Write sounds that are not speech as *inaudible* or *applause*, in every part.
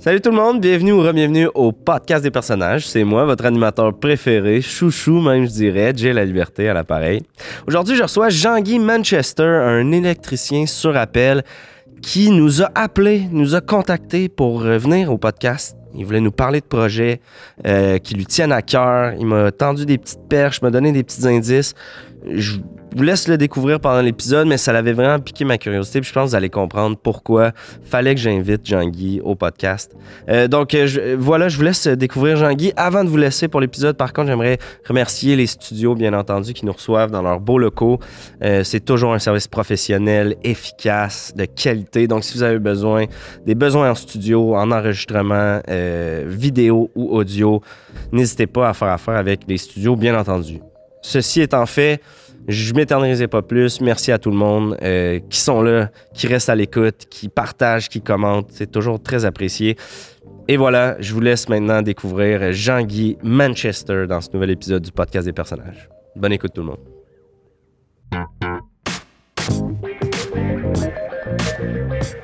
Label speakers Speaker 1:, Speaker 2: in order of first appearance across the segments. Speaker 1: Salut tout le monde, bienvenue ou re-bienvenue au podcast des personnages. C'est moi, votre animateur préféré, chouchou même je dirais, J'ai la liberté à l'appareil. Aujourd'hui, je reçois Jean-Guy Manchester, un électricien sur appel qui nous a appelé, nous a contacté pour euh, venir au podcast. Il voulait nous parler de projets euh, qui lui tiennent à cœur. Il m'a tendu des petites perches, m'a donné des petits indices. Je vous laisse le découvrir pendant l'épisode, mais ça l'avait vraiment piqué ma curiosité. Puis je pense que vous allez comprendre pourquoi fallait que j'invite Jean-Guy au podcast. Euh, donc euh, je- voilà, je vous laisse découvrir Jean-Guy. Avant de vous laisser pour l'épisode, par contre, j'aimerais remercier les studios, bien entendu, qui nous reçoivent dans leurs beaux locaux. Euh, c'est toujours un service professionnel, efficace, de qualité. Donc, si vous avez besoin des besoins en studio, en enregistrement, euh, vidéo ou audio, n'hésitez pas à faire affaire avec les studios, bien entendu. Ceci étant fait, je m'éterniserai pas plus. Merci à tout le monde euh, qui sont là, qui restent à l'écoute, qui partagent, qui commentent. C'est toujours très apprécié. Et voilà, je vous laisse maintenant découvrir Jean-Guy Manchester dans ce nouvel épisode du podcast des personnages. Bonne écoute tout le monde.
Speaker 2: Podcast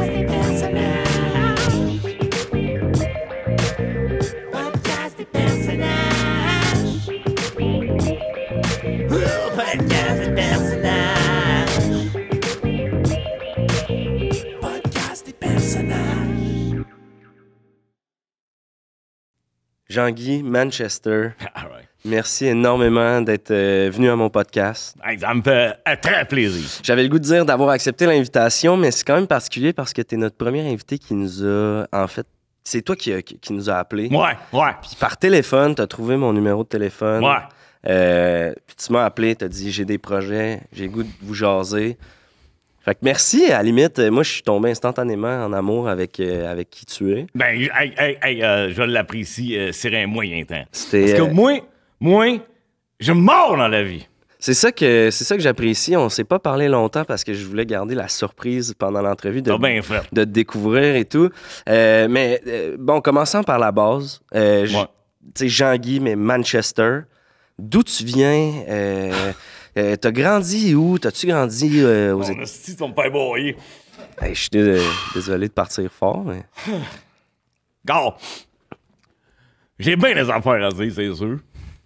Speaker 2: des personnages. Podcast des personnages. Ouh, Podcast des personnages. Podcast des personnages.
Speaker 1: Jean-Guy Manchester,
Speaker 3: All right.
Speaker 1: merci énormément d'être euh, venu à mon podcast.
Speaker 3: Hey, Ça me fait euh, très plaisir.
Speaker 1: J'avais le goût de dire d'avoir accepté l'invitation, mais c'est quand même particulier parce que tu es notre premier invité qui nous a, en fait, c'est toi qui, qui- qui nous a appelé.
Speaker 3: Ouais, ouais.
Speaker 1: Puis par téléphone, t'as trouvé mon numéro de téléphone.
Speaker 3: Ouais.
Speaker 1: Euh, puis tu m'as appelé, t'as dit j'ai des projets, j'ai le goût de vous jaser. Fait que merci, à la limite, euh, moi je suis tombé instantanément en amour avec, euh, avec qui tu es.
Speaker 3: Ben, j- hey, hey, hey, euh, je l'apprécie, euh, c'est un moyen temps. Parce
Speaker 1: C'était,
Speaker 3: que
Speaker 1: euh,
Speaker 3: moi, moi, je mors dans la vie.
Speaker 1: C'est ça que c'est ça que j'apprécie. On s'est pas parlé longtemps parce que je voulais garder la surprise pendant l'entrevue de,
Speaker 3: T'as bien fait.
Speaker 1: de te découvrir et tout. Euh, mais euh, bon, commençant par la base, euh, j-
Speaker 3: Ouais.
Speaker 1: tu sais, Jean-Guy, mais Manchester, d'où tu viens? Euh, *laughs* euh, T'as grandi où? T'as-tu grandi euh, aux
Speaker 3: Mon
Speaker 1: États-Unis?
Speaker 3: esti, sont pas boyés.
Speaker 1: Hey, Je suis dés- désolé de partir fort, mais.
Speaker 3: Gars, j'ai bien des affaires à dire, c'est sûr.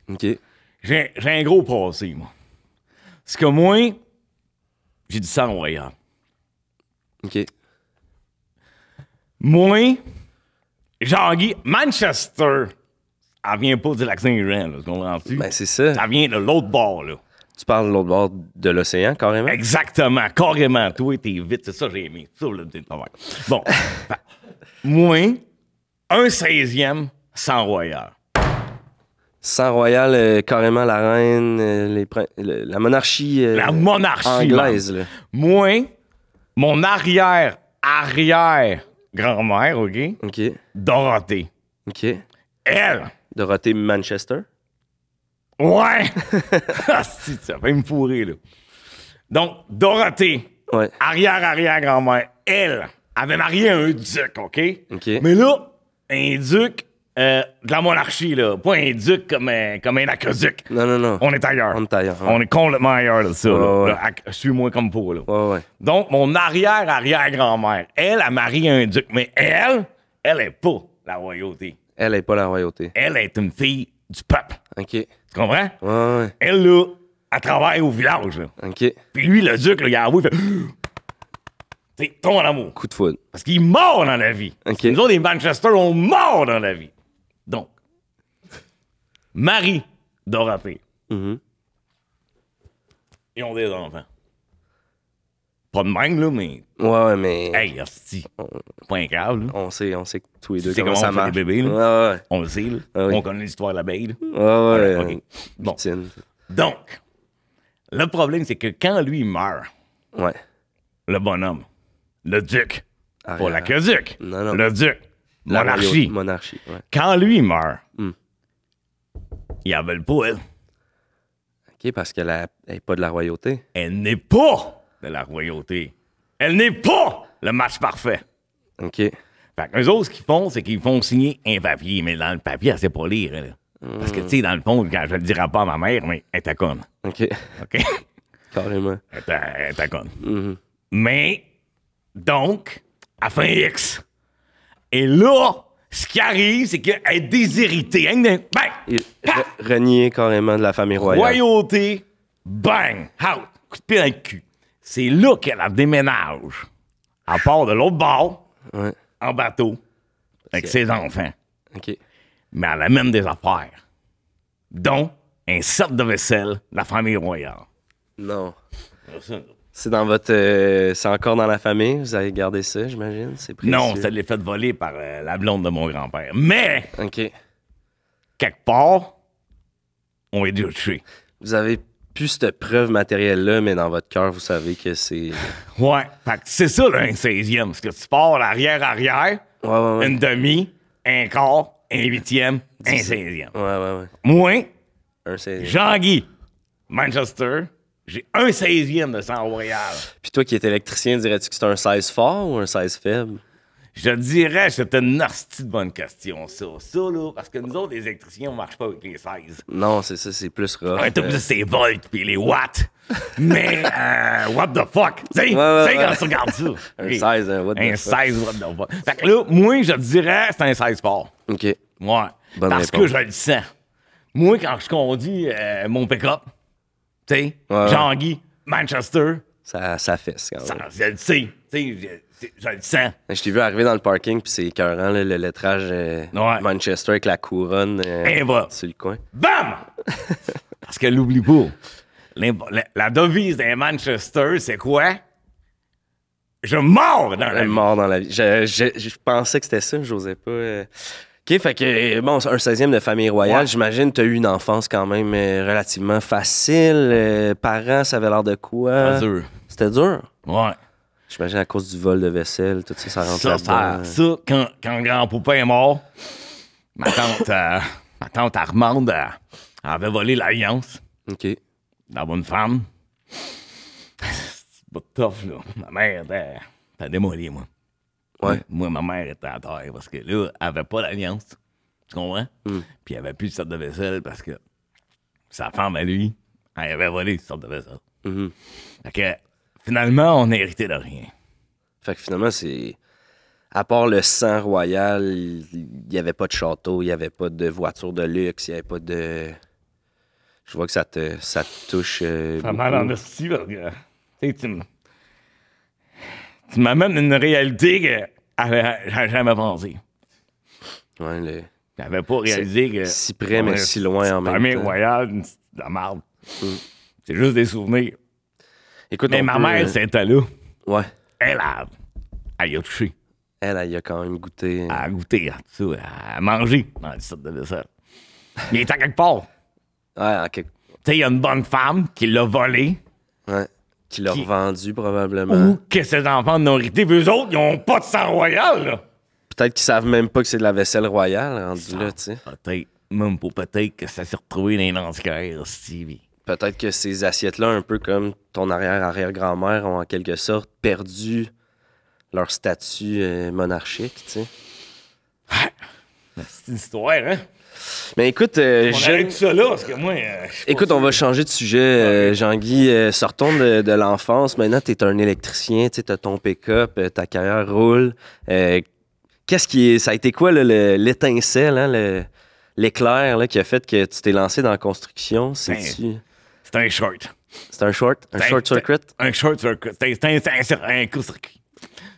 Speaker 1: OK.
Speaker 3: J'ai j'ai un gros passé, moi. Parce que moi, j'ai du sang royal.
Speaker 1: OK.
Speaker 3: Moi, Jean-Guy, Manchester, elle vient pas du lac Saint-Jean, là, tu comprends-tu?
Speaker 1: Ben, c'est ça.
Speaker 3: Ça vient de l'autre bord, là.
Speaker 1: Tu parles de l'autre bord de l'océan, carrément?
Speaker 3: Exactement, carrément. Toi, t'es vite, c'est ça, j'ai aimé. Ça, là, t'es pas mal. Bon. *laughs* Fait- Moi, un 16e sans royal.
Speaker 1: Sans royal, euh, carrément la reine, euh, les prin- le- la monarchie. euh,
Speaker 3: La monarchie.
Speaker 1: Anglaise,
Speaker 3: man.
Speaker 1: là.
Speaker 3: Moi, mon arrière-arrière-grand-mère, OK?
Speaker 1: OK.
Speaker 3: Dorothée.
Speaker 1: OK.
Speaker 3: Elle,
Speaker 1: Dorothée Manchester.
Speaker 3: ouais! *laughs* Ah, si, ça va me fourrer, là. Donc, Dorothée,
Speaker 1: Ouais.
Speaker 3: arrière-arrière-grand-mère, elle avait marié un duc, OK?
Speaker 1: OK.
Speaker 3: Mais là, un duc euh, de la monarchie, là. Pas un duc comme un, comme un aqueduc.
Speaker 1: Non, non, non.
Speaker 3: On est ailleurs.
Speaker 1: On est ailleurs, ouais.
Speaker 3: On est complètement ailleurs de ça. là.
Speaker 1: Ouais, ouais.
Speaker 3: Là, ac- Suis-moi comme pour, là.
Speaker 1: Ouais, ouais.
Speaker 3: Donc, mon arrière-arrière-grand-mère, elle a marié un duc. Mais elle, elle est pas la royauté.
Speaker 1: Elle est pas la royauté.
Speaker 3: Elle est une fille du peuple.
Speaker 1: OK. Ouais,
Speaker 3: Tu comprends?
Speaker 1: ouais.
Speaker 3: Elle, là, elle travaille au village, là.
Speaker 1: OK.
Speaker 3: Puis lui, le duc, là, il a avoué, il fait... *gasps* T'sais, tombe en amour.
Speaker 1: Coup de foudre.
Speaker 3: Parce qu'il mord dans la vie.
Speaker 1: Ok.
Speaker 3: Nous autres, les Manchester, on mord dans la vie. Donc, Marie, Dorothée.
Speaker 1: Mhm.
Speaker 3: Ils ont des enfants. Pas de même, là, mais.
Speaker 1: Ouais, ouais, mais
Speaker 3: Hey, hostie. Pas un câble, là.
Speaker 1: on, sait, on sait que tous les
Speaker 3: Tu
Speaker 1: deux
Speaker 3: sais
Speaker 1: comment
Speaker 3: comment
Speaker 1: ça
Speaker 3: on fait
Speaker 1: marche.
Speaker 3: des bébés,
Speaker 1: là. Ouais,
Speaker 3: On le sait, là.
Speaker 1: Ah oui.
Speaker 3: On connaît l'histoire de l'abeille, là.
Speaker 1: ouais. euh, Ouais, ouais.
Speaker 3: Ok. Bon.
Speaker 1: Poutine.
Speaker 3: Donc, le problème, c'est que quand lui meurt,
Speaker 1: Ouais.
Speaker 3: le bonhomme, le duc,
Speaker 1: Arrière.
Speaker 3: pas l'aqueduc,
Speaker 1: Ah, Non, non.
Speaker 3: le duc,
Speaker 1: La
Speaker 3: monarchie,
Speaker 1: royauté- Monarchie, ouais.
Speaker 3: quand lui meurt, ils en veulent pas, elle.
Speaker 1: OK, parce qu'elle a- elle est pas de la royauté.
Speaker 3: Elle n'est pas de la royauté. Elle n'est pas le match parfait.
Speaker 1: OK.
Speaker 3: Fait que eux autres, ce qu'ils font, c'est qu'ils font signer un papier. Mais dans le papier, elle sait pas lire, elle. Parce que, tu sais, dans le fond, quand je le dirai pas à ma mère, mais elle était conne.
Speaker 1: OK. *laughs*
Speaker 3: OK?
Speaker 1: Carrément.
Speaker 3: Elle était- elle était conne. Mais, donc, à fin X, Et là, ce qui arrive, c'est qu'elle est déshéritée. Hein, d'un- bang!
Speaker 1: Et
Speaker 3: Paf!
Speaker 1: re- renier carrément de la famille royale.
Speaker 3: Royauté, bang! Out! Coup de pied dans le cul. C'est là qu'elle en déménage. À part de l'autre bord,
Speaker 1: Ouais.
Speaker 3: en bateau, avec ses enfants.
Speaker 1: OK.
Speaker 3: Mais elle amène des affaires. Dont un set de vaisselle de la famille royale.
Speaker 1: Non. C'est dans votre. euh, c'est encore dans la famille. Vous avez gardé ça, j'imagine. C'est précieux.
Speaker 3: Non, ça l'est fait voler par euh, la blonde de mon grand-père. Mais,
Speaker 1: OK.
Speaker 3: quelque part, on est dû le tuer.
Speaker 1: Vous avez plus cette preuve matérielle-là, mais dans votre cœur, vous savez que
Speaker 3: *laughs*
Speaker 1: c'est.
Speaker 3: Ouais. Fait que c'est ça, là, un 16e. Parce que tu pars l'arrière-arrière,
Speaker 1: Ouais, ouais, ouais.
Speaker 3: une demi, un quart, un huitième, un 16e.
Speaker 1: Ouais, ouais, ouais.
Speaker 3: Moi,
Speaker 1: Un, c'est.
Speaker 3: Jean-Guy, Manchester, j'ai un 16e de sang royal.
Speaker 1: Puis toi qui es électricien, dirais-tu que c'est un 16 fort ou un 16 faible?
Speaker 3: Je te dirais, c'était une nasty de bonne question, ça. Ça, là, parce que nous autres, les électriciens, on marche pas avec les 16.
Speaker 1: Non, c'est ça, c'est plus rough. euh,
Speaker 3: Un truc de ses volts puis les watts. Mais, euh, what the fuck? Tu sais, tu
Speaker 1: ouais,
Speaker 3: sais, quand
Speaker 1: ouais.
Speaker 3: tu regardes ça.
Speaker 1: Un
Speaker 3: Ok.
Speaker 1: 16, un what the
Speaker 3: Un
Speaker 1: fuck.
Speaker 3: 16, what the fuck. Fait que là, moi, je te dirais, c'est un 16 fort.
Speaker 1: euh, OK.
Speaker 3: Ouais.
Speaker 1: Bonne réponse.
Speaker 3: parce que je le sens. Moi, quand je conduis euh, mon pick-up, tu sais,
Speaker 1: Ouais.
Speaker 3: Jean-Guy, Manchester,
Speaker 1: Ça, ça fesse quand même.
Speaker 3: ça, je le sais. Tu sais, je, je le sens.
Speaker 1: Ben, Je t'ai vu arriver dans le parking, puis c'est écœurant, là, le lettrage euh,
Speaker 3: Ouais.
Speaker 1: Manchester avec la couronne euh,
Speaker 3: Et va.
Speaker 1: sur le coin.
Speaker 3: Bam! *laughs* Parce que l'oublie pas. L'impo- La, la devise des Manchester, c'est quoi? Je mords dans la
Speaker 1: Elle est
Speaker 3: vie.
Speaker 1: mort dans la vie. Je, je- je pensais que c'était ça, j'osais pas. euh. OK, fait que, euh, bon, un 16e de famille royale,
Speaker 3: Ouais.
Speaker 1: j'imagine tu as eu une enfance quand même euh, relativement facile. euh, parents, ça avait l'air de quoi?
Speaker 3: Pas sûr.
Speaker 1: C'était dur.
Speaker 3: Hein? Ouais.
Speaker 1: J'imagine à cause du vol de vaisselle, tout ça, ça rentre
Speaker 3: Ça, ça,
Speaker 1: là-dedans.
Speaker 3: ça, quand, quand grand poupin est mort, ma tante, euh, ma tante Armande euh, elle avait volé l'alliance
Speaker 1: OK.
Speaker 3: de la bonne femme. C'est pas tough, là. Ma mère était, était démolie, moi.
Speaker 1: Ouais.
Speaker 3: Moi, ma mère était à terre parce que là, elle avait pas d'alliance. Tu comprends? Puis elle avait plus de sorte de vaisselle parce que sa femme à lui, elle avait volé une sorte de vaisselle.
Speaker 1: Mhm.
Speaker 3: Fait que finalement, on a hérité de rien.
Speaker 1: Fait que finalement, c'est. À part le sang royal, il n'y avait pas de château, il n'y avait pas de voiture de luxe, il n'y avait pas de. Je vois que ça te, ça te touche. euh,
Speaker 3: Ça
Speaker 1: beaucoup.
Speaker 3: mal en hostie parce que. Tu sais, tu me- tu m'amènes une réalité que j'avais j'avais jamais pensé.
Speaker 1: Ouais, le-
Speaker 3: J'avais pas réalisé que.
Speaker 1: si près, mais
Speaker 3: Ouais,
Speaker 1: si loin en même
Speaker 3: famille
Speaker 1: temps. Mm.
Speaker 3: royale, une petite de la merde. C'est juste des souvenirs.
Speaker 1: Écoute,
Speaker 3: Mais
Speaker 1: on
Speaker 3: ma
Speaker 1: peut,
Speaker 3: mère,
Speaker 1: euh,
Speaker 3: c'était là.
Speaker 1: Ouais.
Speaker 3: Elle a. Elle y a touché.
Speaker 1: Elle, elle y a quand même goûté.
Speaker 3: à goûter, à, tout ça, à manger dans le site de vaisselle. Mais il était à quelque part.
Speaker 1: Ouais, en quelque-
Speaker 3: Tu sais, il y a une bonne femme qui l'a volé
Speaker 1: ouais. Qui l'a
Speaker 3: Qui-
Speaker 1: revendu probablement.
Speaker 3: ou que ses enfants n'ont hérité. Puis eux autres, ils n'ont pas de sang royal, là.
Speaker 1: Peut-être qu'ils savent même pas que c'est de la vaisselle royale rendu là, tu sais.
Speaker 3: Peut-être, même pour peut-être que ça s'est retrouvé dans les lance-guerres, Stevie.
Speaker 1: Peut-être que ces assiettes-là, un peu comme ton arrière-arrière-grand-mère, ont en quelque sorte perdu leur statut euh, monarchique, tu sais.
Speaker 3: C'est une histoire, hein?
Speaker 1: Mais écoute, euh,
Speaker 3: On
Speaker 1: je-
Speaker 3: arrête ça là, parce que moi, euh, je suis pas
Speaker 1: écoute,
Speaker 3: sûr.
Speaker 1: on va changer de sujet, euh, Jean-Guy. euh, sortons de, de l'enfance. Maintenant, tu es un électricien, tu as ton pick-up, euh, ta carrière roule. Euh, Qu'est-ce qui est... Ça a été quoi là, le- l'étincelle, hein, le- l'éclair là, qui a fait que tu t'es lancé dans la
Speaker 3: Ben,
Speaker 1: construction? C'est-tu-
Speaker 3: C'est un short.
Speaker 1: C'est un short? Un
Speaker 3: C'est-
Speaker 1: short circuit?
Speaker 3: Un short circuit. C'est c'est un, c'est un- c'est un court-circuit.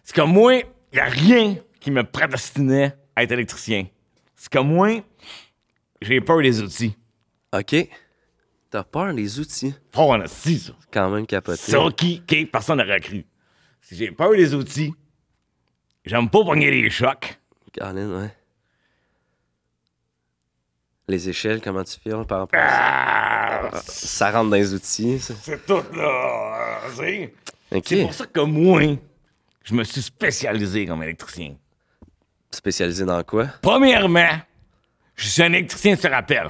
Speaker 3: C'est comme moi, il n'y a rien qui me prédestinait à être électricien. C'est comme moi, j'ai peur des outils.
Speaker 1: OK. T'as peur des outils.
Speaker 3: Fort en assis, ça.
Speaker 1: quand même capoté.
Speaker 3: Ça, qui, qui personne n'aurait cru. Si j'ai peur des outils, j'aime pas pogner les chocs.
Speaker 1: Caroline, ouais. Les échelles, comment tu files par rapport à ça?
Speaker 3: Ah,
Speaker 1: Ça rentre dans les outils. ça.
Speaker 3: c'est tout, là. euh, c'est-
Speaker 1: OK.
Speaker 3: C'est pour ça que moi, je me suis spécialisé comme électricien.
Speaker 1: Spécialisé dans quoi?
Speaker 3: Premièrement, je suis un électricien sur appel.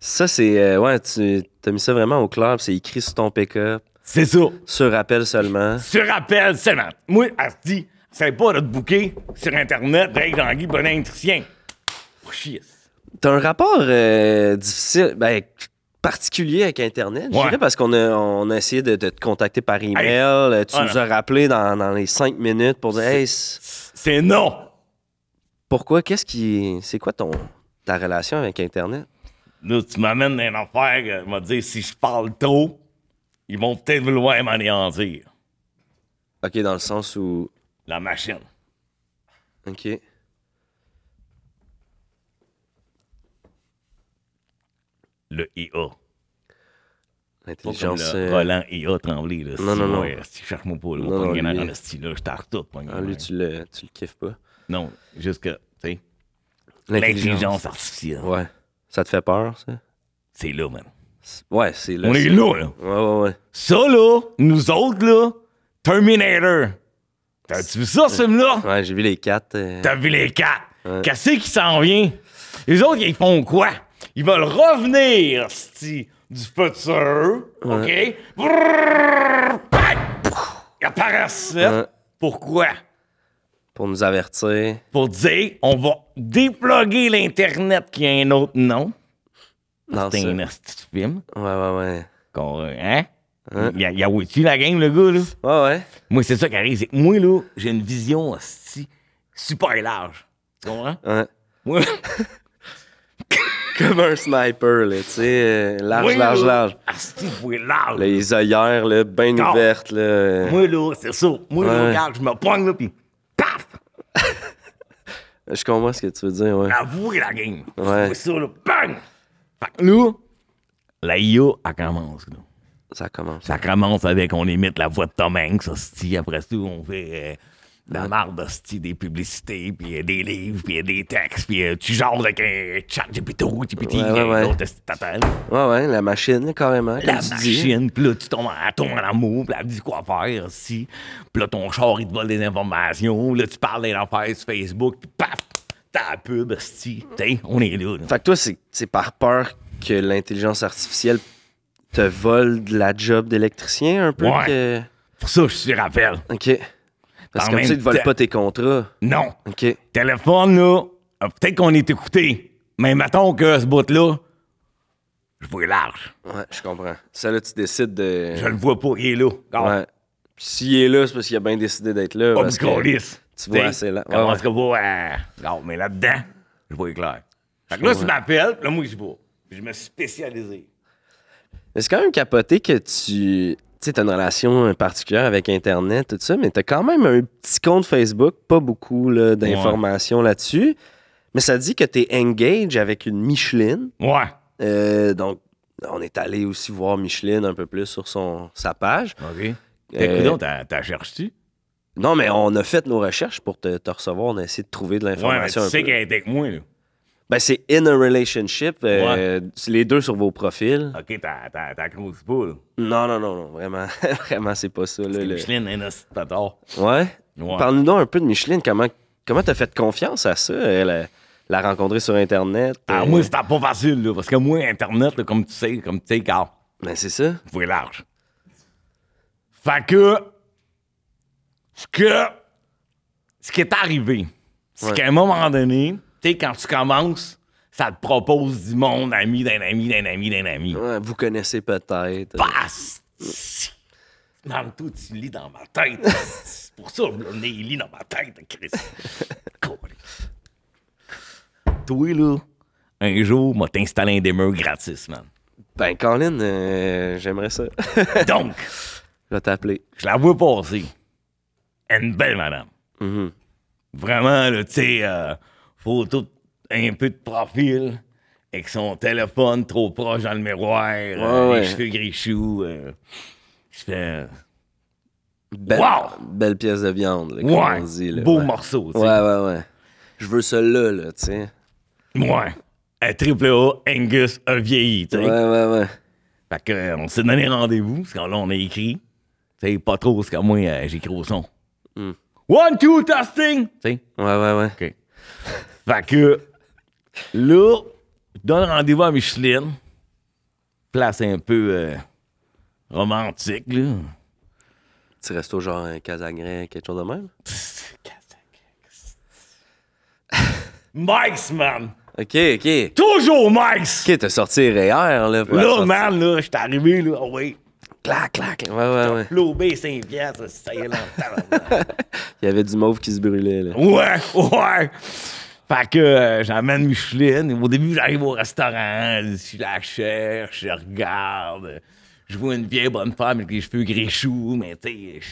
Speaker 1: Ça, c'est. euh, ouais, tu as mis ça vraiment au clair. puis C'est écrit sur ton pick-up.
Speaker 3: C'est ça.
Speaker 1: Sur appel seulement.
Speaker 3: Sur appel seulement. Moi, elle se dit, c'est pas de te bouquer sur Internet, Drake Jean-Guy, bon électricien. Oh, chier.
Speaker 1: T'as un rapport euh, difficile, ben, particulier avec Internet, je
Speaker 3: Ouais.
Speaker 1: dirais, parce qu'on a, on a essayé de, de te contacter par email. euh, Tu
Speaker 3: Ah,
Speaker 1: nous
Speaker 3: non.
Speaker 1: as rappelé dans, dans les cinq minutes pour dire Hey, c'est-
Speaker 3: C'est non.
Speaker 1: Pourquoi? Qu'est-ce qui. C'est quoi ton ta relation avec Internet?
Speaker 3: Là, tu m'amènes dans une affaire que je vais te dire, si je parle trop, ils vont peut-être vouloir m'anéantir.
Speaker 1: OK, dans le sens où.
Speaker 3: La machine.
Speaker 1: OK.
Speaker 3: Le IA. Pas comme
Speaker 1: L'intelligence.
Speaker 3: le
Speaker 1: euh,
Speaker 3: Roland IA Tremblay. Là,
Speaker 1: Non,
Speaker 3: Si,
Speaker 1: non, non.
Speaker 3: ouais, si, cherche-moi pas. Là,
Speaker 1: Non,
Speaker 3: moi,
Speaker 1: non,
Speaker 3: pas gagnant
Speaker 1: lui-
Speaker 3: dans le style. là, Je t'arrête tout. pas
Speaker 1: ah,
Speaker 3: gagnant.
Speaker 1: lui, tu le, tu le kiffes pas.
Speaker 3: Non, juste que, tu sais, l'intelligence artificielle.
Speaker 1: Ouais. Ça te fait peur, ça?
Speaker 3: C'est là, man.
Speaker 1: C'est- Ouais, c'est là.
Speaker 3: On est
Speaker 1: c'est-
Speaker 3: là, là.
Speaker 1: Ouais, ouais, ouais.
Speaker 3: Ça, là, nous autres, là, Terminator. T'as-tu vu ça, ce film-là?
Speaker 1: Ouais, j'ai vu les quatre. euh,
Speaker 3: T'as vu les quatre? Qu'est-ce qui s'en vient? Les autres, ils font quoi? Ils veulent revenir, c'ti, du futur, OK? Brrrr, bang! Ils apparaissent là.
Speaker 1: Ouais.
Speaker 3: Pourquoi?
Speaker 1: Pour nous avertir.
Speaker 3: Pour dire, on va déploguer l'Internet qui a un autre nom.
Speaker 1: Dans
Speaker 3: C'est
Speaker 1: ça.
Speaker 3: un esti de film.
Speaker 1: Ouais, ouais, ouais.
Speaker 3: qu'on- hein? Il a, il a oublié la game, le gars, là.
Speaker 1: Ouais, ouais.
Speaker 3: Moi, c'est ça qui arrive. C'est que moi, là, j'ai une vision hostie, super large. Tu comprends?
Speaker 1: ouais.
Speaker 3: Moi,
Speaker 1: Comme un sniper, là, tu sais. euh, *laughs* Large,
Speaker 3: moi,
Speaker 1: large,
Speaker 3: là,
Speaker 1: large.
Speaker 3: hostie, oui, large.
Speaker 1: Là, les œillères, là, bien
Speaker 3: Ah.
Speaker 1: ouvertes, là. euh,
Speaker 3: Moi, là, c'est ça. Moi, là,
Speaker 1: Ouais.
Speaker 3: regarde, je me pogne, là, puis paf!
Speaker 1: Je comprends ce que tu veux dire, ouais.
Speaker 3: Avouez la game.
Speaker 1: Ouais.
Speaker 3: C'est ça, là, bang! Fait que là, la IA, elle commence, là.
Speaker 1: Ça commence.
Speaker 3: Ça commence avec on imite la voix de Tom Hanks, hostie. Après ça, on fait euh, de la marde, hostie, des publicités, puis euh, des livres, puis euh, des textes, puis euh, tu genres avec un chat GPT, GPT,
Speaker 1: Ouais, ouais, ouais.
Speaker 3: d'autres, hostie, t'appelles.
Speaker 1: Ouais, ouais, la machine, là, carrément.
Speaker 3: La
Speaker 1: comme tu dis.
Speaker 3: machine, puis là, tu tombes en, elle tombe en amour, puis elle dit quoi faire, hostie. Puis là, ton char, il te vole des informations, là, tu parles des affaires sur Facebook, puis paf, t'as la pub, hostie. T'sais, on est là, là.
Speaker 1: Fait que toi, c'est c'est par peur que l'intelligence artificielle te vole de la job d'électricien un peu
Speaker 3: Ouais.
Speaker 1: que.
Speaker 3: Pour ça, je suis rappel.
Speaker 1: OK. Parce
Speaker 3: En
Speaker 1: que comme
Speaker 3: même
Speaker 1: ça, ils te volent
Speaker 3: temps.
Speaker 1: pas tes contrats.
Speaker 3: Non.
Speaker 1: OK.
Speaker 3: téléphone, là, ah, peut-être qu'on est écouté, mais mettons que ce bout-là, je vois large.
Speaker 1: Ouais, je comprends. Ça, là, tu décides de.
Speaker 3: Je le vois pas, il est là. Ah,
Speaker 1: Ouais. Puis s'il est là, c'est parce qu'il a bien décidé d'être là.
Speaker 3: oh,
Speaker 1: parce que- tu vois, c'est là. Ouais,
Speaker 3: Comment
Speaker 1: ouais.
Speaker 3: est-ce qu'on voit? euh, ah, mais là-dedans, je vois clair. Fait que là, tu m'appelles, puis là, moi, je vois. Puis je me suis spécialisé.
Speaker 1: Mais c'est quand même capoté que tu. Tu sais, t'as une relation euh, particulière avec Internet, tout ça, mais t'as quand même un petit compte Facebook, pas beaucoup là, d'informations là-dessus. Mais ça dit que t'es engage avec une Micheline.
Speaker 3: Ouais.
Speaker 1: Euh, donc, on est allé aussi voir Micheline un peu plus sur son, sa page.
Speaker 3: OK.
Speaker 1: Euh,
Speaker 3: Écoute, t'as t'as cherché-tu?
Speaker 1: Non, mais on a fait nos recherches pour te, te recevoir. On a essayé de trouver de
Speaker 3: Ouais, mais tu
Speaker 1: l'information un
Speaker 3: sais
Speaker 1: peu.
Speaker 3: qu'elle était avec moi, là.
Speaker 1: Ben, c'est in a relationship. euh, c'est les deux sur vos profils.
Speaker 3: OK, t'as- t'as t'as grosse pas, là.
Speaker 1: Non, non, non, non. Vraiment, *laughs* vraiment, c'est pas ça. là, le-
Speaker 3: Micheline, hein, là, c'est pas tard.
Speaker 1: Ouais.
Speaker 3: Ouais.
Speaker 1: Parle-nous donc un peu de Micheline. Comment comment t'as fait confiance à ça? Elle a- la rencontrer sur Internet.
Speaker 3: Ah,
Speaker 1: euh,
Speaker 3: moi, c'était pas facile, là, parce que moi, Internet, là, comme tu sais, comme tu sais, car...
Speaker 1: Ben, c'est ça.
Speaker 3: Vous pouvez large. Fait que. Ce que. Ce qui est arrivé, c'est
Speaker 1: Ouais.
Speaker 3: qu'à un moment donné, tu sais, quand tu commences, ça te propose du monde, ami, d'un ami, d'un ami, d'un ami.
Speaker 1: Ouais, vous connaissez peut-être.
Speaker 3: Passe! Même tout, tu lis dans ma tête. c'est pour ça, on est lit dans ma tête, Chris. Câlisse. Toi, là, un jour, m'a t'installé un demeure gratis, man.
Speaker 1: Ben, Colin, euh, j'aimerais ça. *laughs*
Speaker 3: Donc,
Speaker 1: Je vais t'appeler.
Speaker 3: Je la vois passer. Une belle madame.
Speaker 1: Mhm.
Speaker 3: Vraiment, là, tu sais, euh, photo de- un peu de profil, avec son téléphone trop proche dans le miroir, euh,
Speaker 1: Ouais, ouais.
Speaker 3: les cheveux gris choux. euh, je fais, euh,
Speaker 1: Belle,
Speaker 3: Wow!
Speaker 1: belle pièce de viande, là, comme
Speaker 3: ouais,
Speaker 1: on dit. là,
Speaker 3: beau
Speaker 1: ouais.
Speaker 3: morceau, tu
Speaker 1: Ouais,
Speaker 3: sais.
Speaker 1: ouais, ouais. Je veux celui-là, là, tu sais.
Speaker 3: Ouais. Un triple A, Angus a vieilli, tu sais.
Speaker 1: Ouais, ouais, ouais.
Speaker 3: Fait que, euh, on s'est donné rendez-vous, parce que là, on a écrit. Tu sais, pas trop, parce que moi, euh, j'écris au son. One, two, testing! Tu sais.
Speaker 1: Ouais, ouais, ouais.
Speaker 3: OK. *laughs* Fait que là, je donne rendez-vous à Micheline. Place un peu euh, romantique, là. *laughs*
Speaker 1: Petit resto genre un Casagret, quelque chose de même.
Speaker 3: Mike's, man!
Speaker 1: Ok, ok.
Speaker 3: Toujours Mike's!
Speaker 1: Ok, t'as sorti REER, là. pour la
Speaker 3: Là,
Speaker 1: sortie.
Speaker 3: man, là, je suis arrivé, là. Ah oui,
Speaker 1: Clac, clac. Ouais, ouais, ouais.
Speaker 3: l'aubé 5 piastres, ça y est, longtemps.
Speaker 1: Il y avait du mauve qui se brûlait, là.
Speaker 3: ouais, ouais! Fait que euh, j'amène Micheline. Au début, j'arrive au restaurant, je la cherche, je regarde. Je vois une vieille bonne femme avec les cheveux gris choux, mais tu sais, je-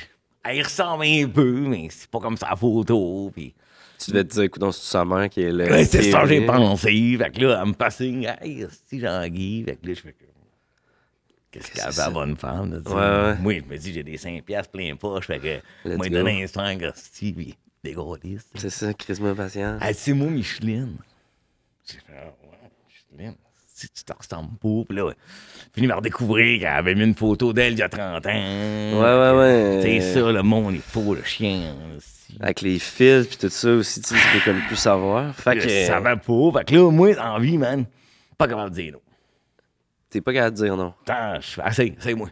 Speaker 3: elle y ressemble un peu, mais c'est pas comme sa photo. Puis
Speaker 1: Tu devais te dire, écoute, c'est sa mère qui est là.
Speaker 3: Ouais, c'est ça que j'ai
Speaker 1: pas.
Speaker 3: pensé. Fait que là, elle me passe une. Hey, c'est Jean-Guy. Fait que là, je fais. que- Qu'est-ce qu'elle fait, la bonne femme? là, tu sais?
Speaker 1: Ouais, ouais.
Speaker 3: Moi, je me dis, j'ai des 5 piastres plein poche. Fait que,
Speaker 1: Let's
Speaker 3: moi, il
Speaker 1: go.
Speaker 3: donne un 5 hostie, puis des gros listes.
Speaker 1: C'est ça, Chris patient.
Speaker 3: Elle dit, c'est moi, Micheline. J'ai fait, ah, ouais, Micheline. Si tu t'en ressembles pas, puis là, ouais. fini par découvrir qu'elle avait mis une photo d'elle il y a 30 ans.
Speaker 1: Ouais, ouais, ouais.
Speaker 3: C'est ça, le monde est faux, le chien. hostie.
Speaker 1: Avec les fils puis tout ça aussi, tu sais, tu peux comme plus savoir. Fait
Speaker 3: Là,
Speaker 1: que
Speaker 3: Ça va pas. Fait que là, moi, en vie, man, pas capable de dire non.
Speaker 1: t'es pas capable de dire non.
Speaker 3: Attends, je fais assez, c'est moi.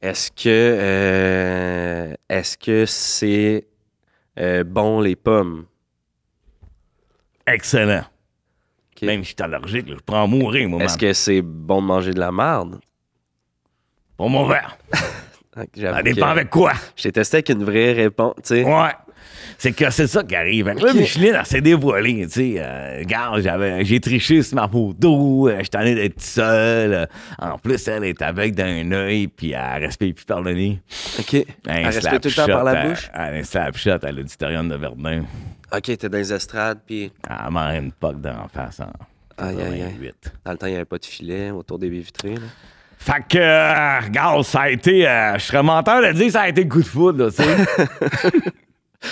Speaker 1: Est-ce que euh, est-ce que c'est euh, bon les pommes?
Speaker 3: Excellent.
Speaker 1: Ok.
Speaker 3: Même si je suis allergique, là, je prends à mourir, moi,
Speaker 1: Est-ce
Speaker 3: man.
Speaker 1: que c'est bon de manger de la marde?
Speaker 3: Pour mon verre.
Speaker 1: Ah, j'avoue
Speaker 3: Ça dépend
Speaker 1: que
Speaker 3: avec quoi.
Speaker 1: Je t'ai testé avec une vraie réponse, tu sais.
Speaker 3: Ouais. C'est que c'est ça qui arrive. Fait que Là,
Speaker 1: Ok.
Speaker 3: Micheline, elle s'est dévoilée, tu sais. euh, regarde, j'avais, j'ai triché sur ma photo, euh, j'étais allé d'être seul. euh, en plus, elle est avec d'un œil, puis elle respire plus par le nez.
Speaker 1: OK. Elle respecte tout le temps par la bouche.
Speaker 3: Elle, un slapshot à l'auditorium de Verdun.
Speaker 1: OK, t'es dans les estrades, puis
Speaker 3: Elle m'a une poque d'en face en
Speaker 1: Aïe, aïe, aïe.
Speaker 3: 88.
Speaker 1: dans le temps, il n'y avait pas de filet autour des baies vitrées. là.
Speaker 3: Fait que, euh, regarde, ça a été. euh, je serais menteur de dire ça a été le coup de foudre, là, tu sais.
Speaker 1: *laughs*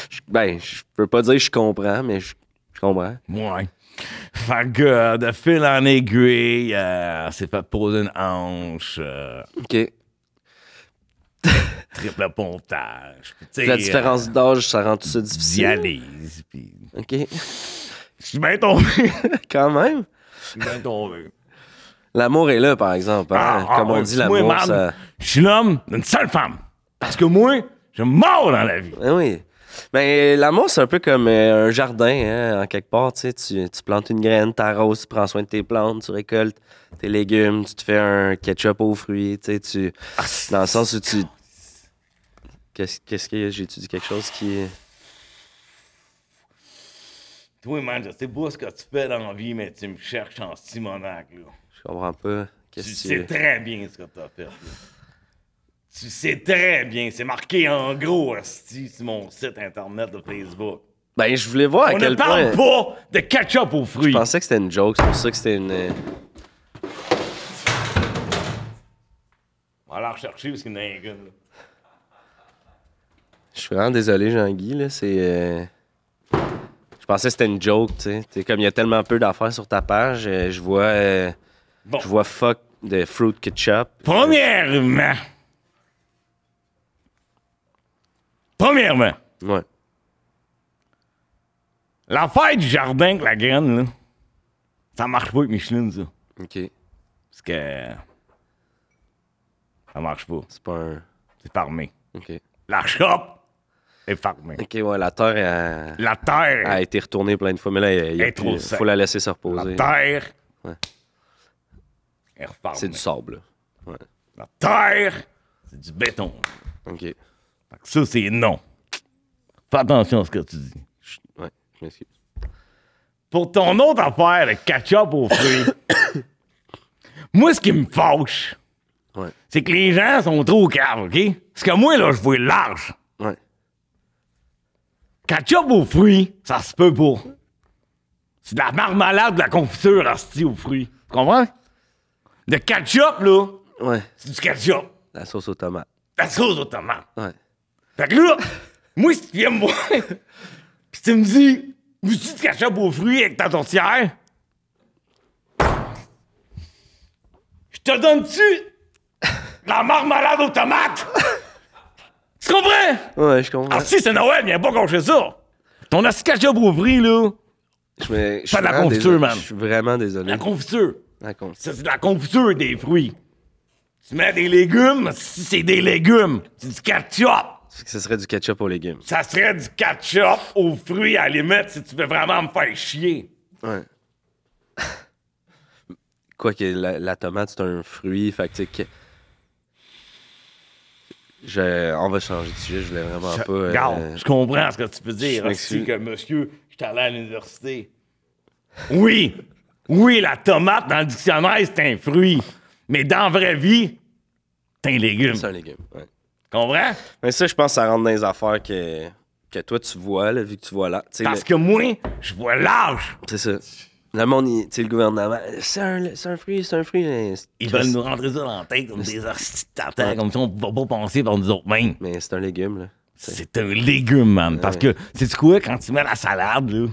Speaker 1: Je- Ben, je peux pas dire que je comprends, mais je, je comprends.
Speaker 3: ouais. Fait que, euh, de fil en aiguille, euh, on s'est fait poser une hanche, euh,
Speaker 1: OK.
Speaker 3: triple pontage. puis, tu sais,
Speaker 1: La différence d'âge, ça rend tout ça
Speaker 3: euh, d'y
Speaker 1: difficile.
Speaker 3: aller, Puis,
Speaker 1: OK. *laughs*
Speaker 3: je suis bien tombé.
Speaker 1: Quand même.
Speaker 3: Je suis bien tombé.
Speaker 1: L'amour est là, par exemple. hein.
Speaker 3: Ah,
Speaker 1: Comme
Speaker 3: ah,
Speaker 1: on dit,
Speaker 3: moi,
Speaker 1: l'amour,
Speaker 3: man,
Speaker 1: ça...
Speaker 3: Je suis l'homme d'une seule femme. Parce que moi, je mords dans la vie.
Speaker 1: Ah oui. Ben, l'amour, c'est un peu comme euh, un jardin, hein, en quelque part. Tu, sais, tu, tu plantes une graine, t'arroses, tu prends soin de tes plantes, tu récoltes tes légumes, tu te fais un ketchup aux fruits. Tu sais, tu...
Speaker 3: Ah,
Speaker 1: Dans le sens où tu... Qu'est-ce qu'est-ce que... J'ai-tu dit quelque chose qui... est-
Speaker 3: Toi, man, je sais pas ce que tu fais dans la vie, mais tu me cherches en Simonac, là.
Speaker 1: Je comprends pas.
Speaker 3: Tu
Speaker 1: Qu'est-ce
Speaker 3: sais
Speaker 1: que tu...
Speaker 3: très bien ce que t'as fait. là. Tu sais très bien. C'est marqué en gros esti, sur mon site internet de Facebook.
Speaker 1: Ben, je voulais voir à
Speaker 3: On ne
Speaker 1: quel
Speaker 3: parle
Speaker 1: point...
Speaker 3: pas de ketchup aux fruits.
Speaker 1: Je pensais que c'était une joke, c'est pour ça que c'était une... euh,
Speaker 3: On va la rechercher parce qu'il y en a un gars. là.
Speaker 1: Je suis vraiment désolé, Jean-Guy, là, c'est... euh, Je pensais que c'était une joke, tu sais. T'sais, Comme il y a tellement peu d'affaires sur ta page, euh, je vois... euh,
Speaker 3: Bon.
Speaker 1: Je vois fuck de fruit ketchup.
Speaker 3: Premièrement. Premièrement.
Speaker 1: Ouais.
Speaker 3: L'affaire du jardin avec la graine, là. Ça marche pas avec Micheline, ça.
Speaker 1: OK.
Speaker 3: Parce que. Ça marche pas.
Speaker 1: C'est pas un...
Speaker 3: C'est farmé.
Speaker 1: OK.
Speaker 3: La shop est farmée.
Speaker 1: OK, ouais, la terre
Speaker 3: La terre.
Speaker 1: a, a été retournée plein de fois, mais là, il y a
Speaker 3: Elle est trop
Speaker 1: plus-
Speaker 3: sec.
Speaker 1: faut la laisser se
Speaker 3: La
Speaker 1: reposer.
Speaker 3: terre.
Speaker 1: Ouais.
Speaker 3: Elle repart,
Speaker 1: C'est
Speaker 3: mais
Speaker 1: du sable, là. Ouais.
Speaker 3: La terre, c'est du béton.
Speaker 1: OK.
Speaker 3: Fait que ça, c'est non. Fais attention à ce que tu dis.
Speaker 1: Je- Ouais, je m'excuse.
Speaker 3: Pour ton autre affaire, le ketchup aux fruits, *coughs* moi, ce qui me fâche,
Speaker 1: Ouais,
Speaker 3: c'est que les gens sont trop caves, OK? Parce que moi, là, je vois large.
Speaker 1: ouais.
Speaker 3: Ketchup aux fruits, ça se peut pas. C'est de la marmalade, de la confiture hostie aux fruits. Tu comprends? Le ketchup, là,
Speaker 1: Ouais,
Speaker 3: c'est du ketchup.
Speaker 1: la sauce aux tomates.
Speaker 3: La sauce aux tomates.
Speaker 1: Ouais.
Speaker 3: Fait que *laughs* là, moi, si tu viens me voir, pis tu me dis, vous tu te cacher beau fruit avec ta tourtière? Je te donne-tu la marmalade aux tomates? *laughs* tu comprends?
Speaker 1: Ouais, je comprends.
Speaker 3: Alors, Ah, si c'est Noël, viens pas concher ça. Ton cacher beau fruit, là,
Speaker 1: Je me- je suis
Speaker 3: Fais de la
Speaker 1: vraiment
Speaker 3: confiture,
Speaker 1: désolé.
Speaker 3: man.
Speaker 1: Je suis vraiment désolé.
Speaker 3: la confiture,
Speaker 1: La confiture.
Speaker 3: ça, c'est de la confiture des fruits. Tu mets des légumes, si c'est des légumes, c'est du ketchup.
Speaker 1: Fait que Ce serait du ketchup aux légumes.
Speaker 3: Ça serait du ketchup aux fruits à la limite si tu veux vraiment me faire chier.
Speaker 1: Ouais. *laughs* Quoique la, la tomate, c'est un fruit, fait que, tu sais, que- Je, on va changer de sujet, je voulais vraiment
Speaker 3: Je-
Speaker 1: pas. euh,
Speaker 3: Regarde, je comprends ce que tu veux dire.
Speaker 1: je
Speaker 3: hostie,
Speaker 1: m'excuse.
Speaker 3: que monsieur, je suis allé à l'université. Oui, oui, la tomate dans le dictionnaire, c'est un fruit. Mais dans la vraie vie, c'est un légume.
Speaker 1: C'est un légume. ouais.
Speaker 3: Comprends?
Speaker 1: Mais ça, je pense que ça rentre dans les affaires que, que toi, tu vois, là, vu que tu vois là. Tu sais,
Speaker 3: Parce
Speaker 1: le-
Speaker 3: que moi, je vois l'âge.
Speaker 1: C'est ça. Le monde, il- tu sais, le gouvernement, c'est un, c'est un fruit, c'est un fruit. mais c'est-
Speaker 3: Ils veulent nous rentrer ça dans la tête comme des hosties de tata, comme si on ne pas penser par nous autres mêmes.
Speaker 1: Mais c'est un légume, là.
Speaker 3: C'est un légume, man. Parce que, c'est quoi, quand tu mets la salade, là,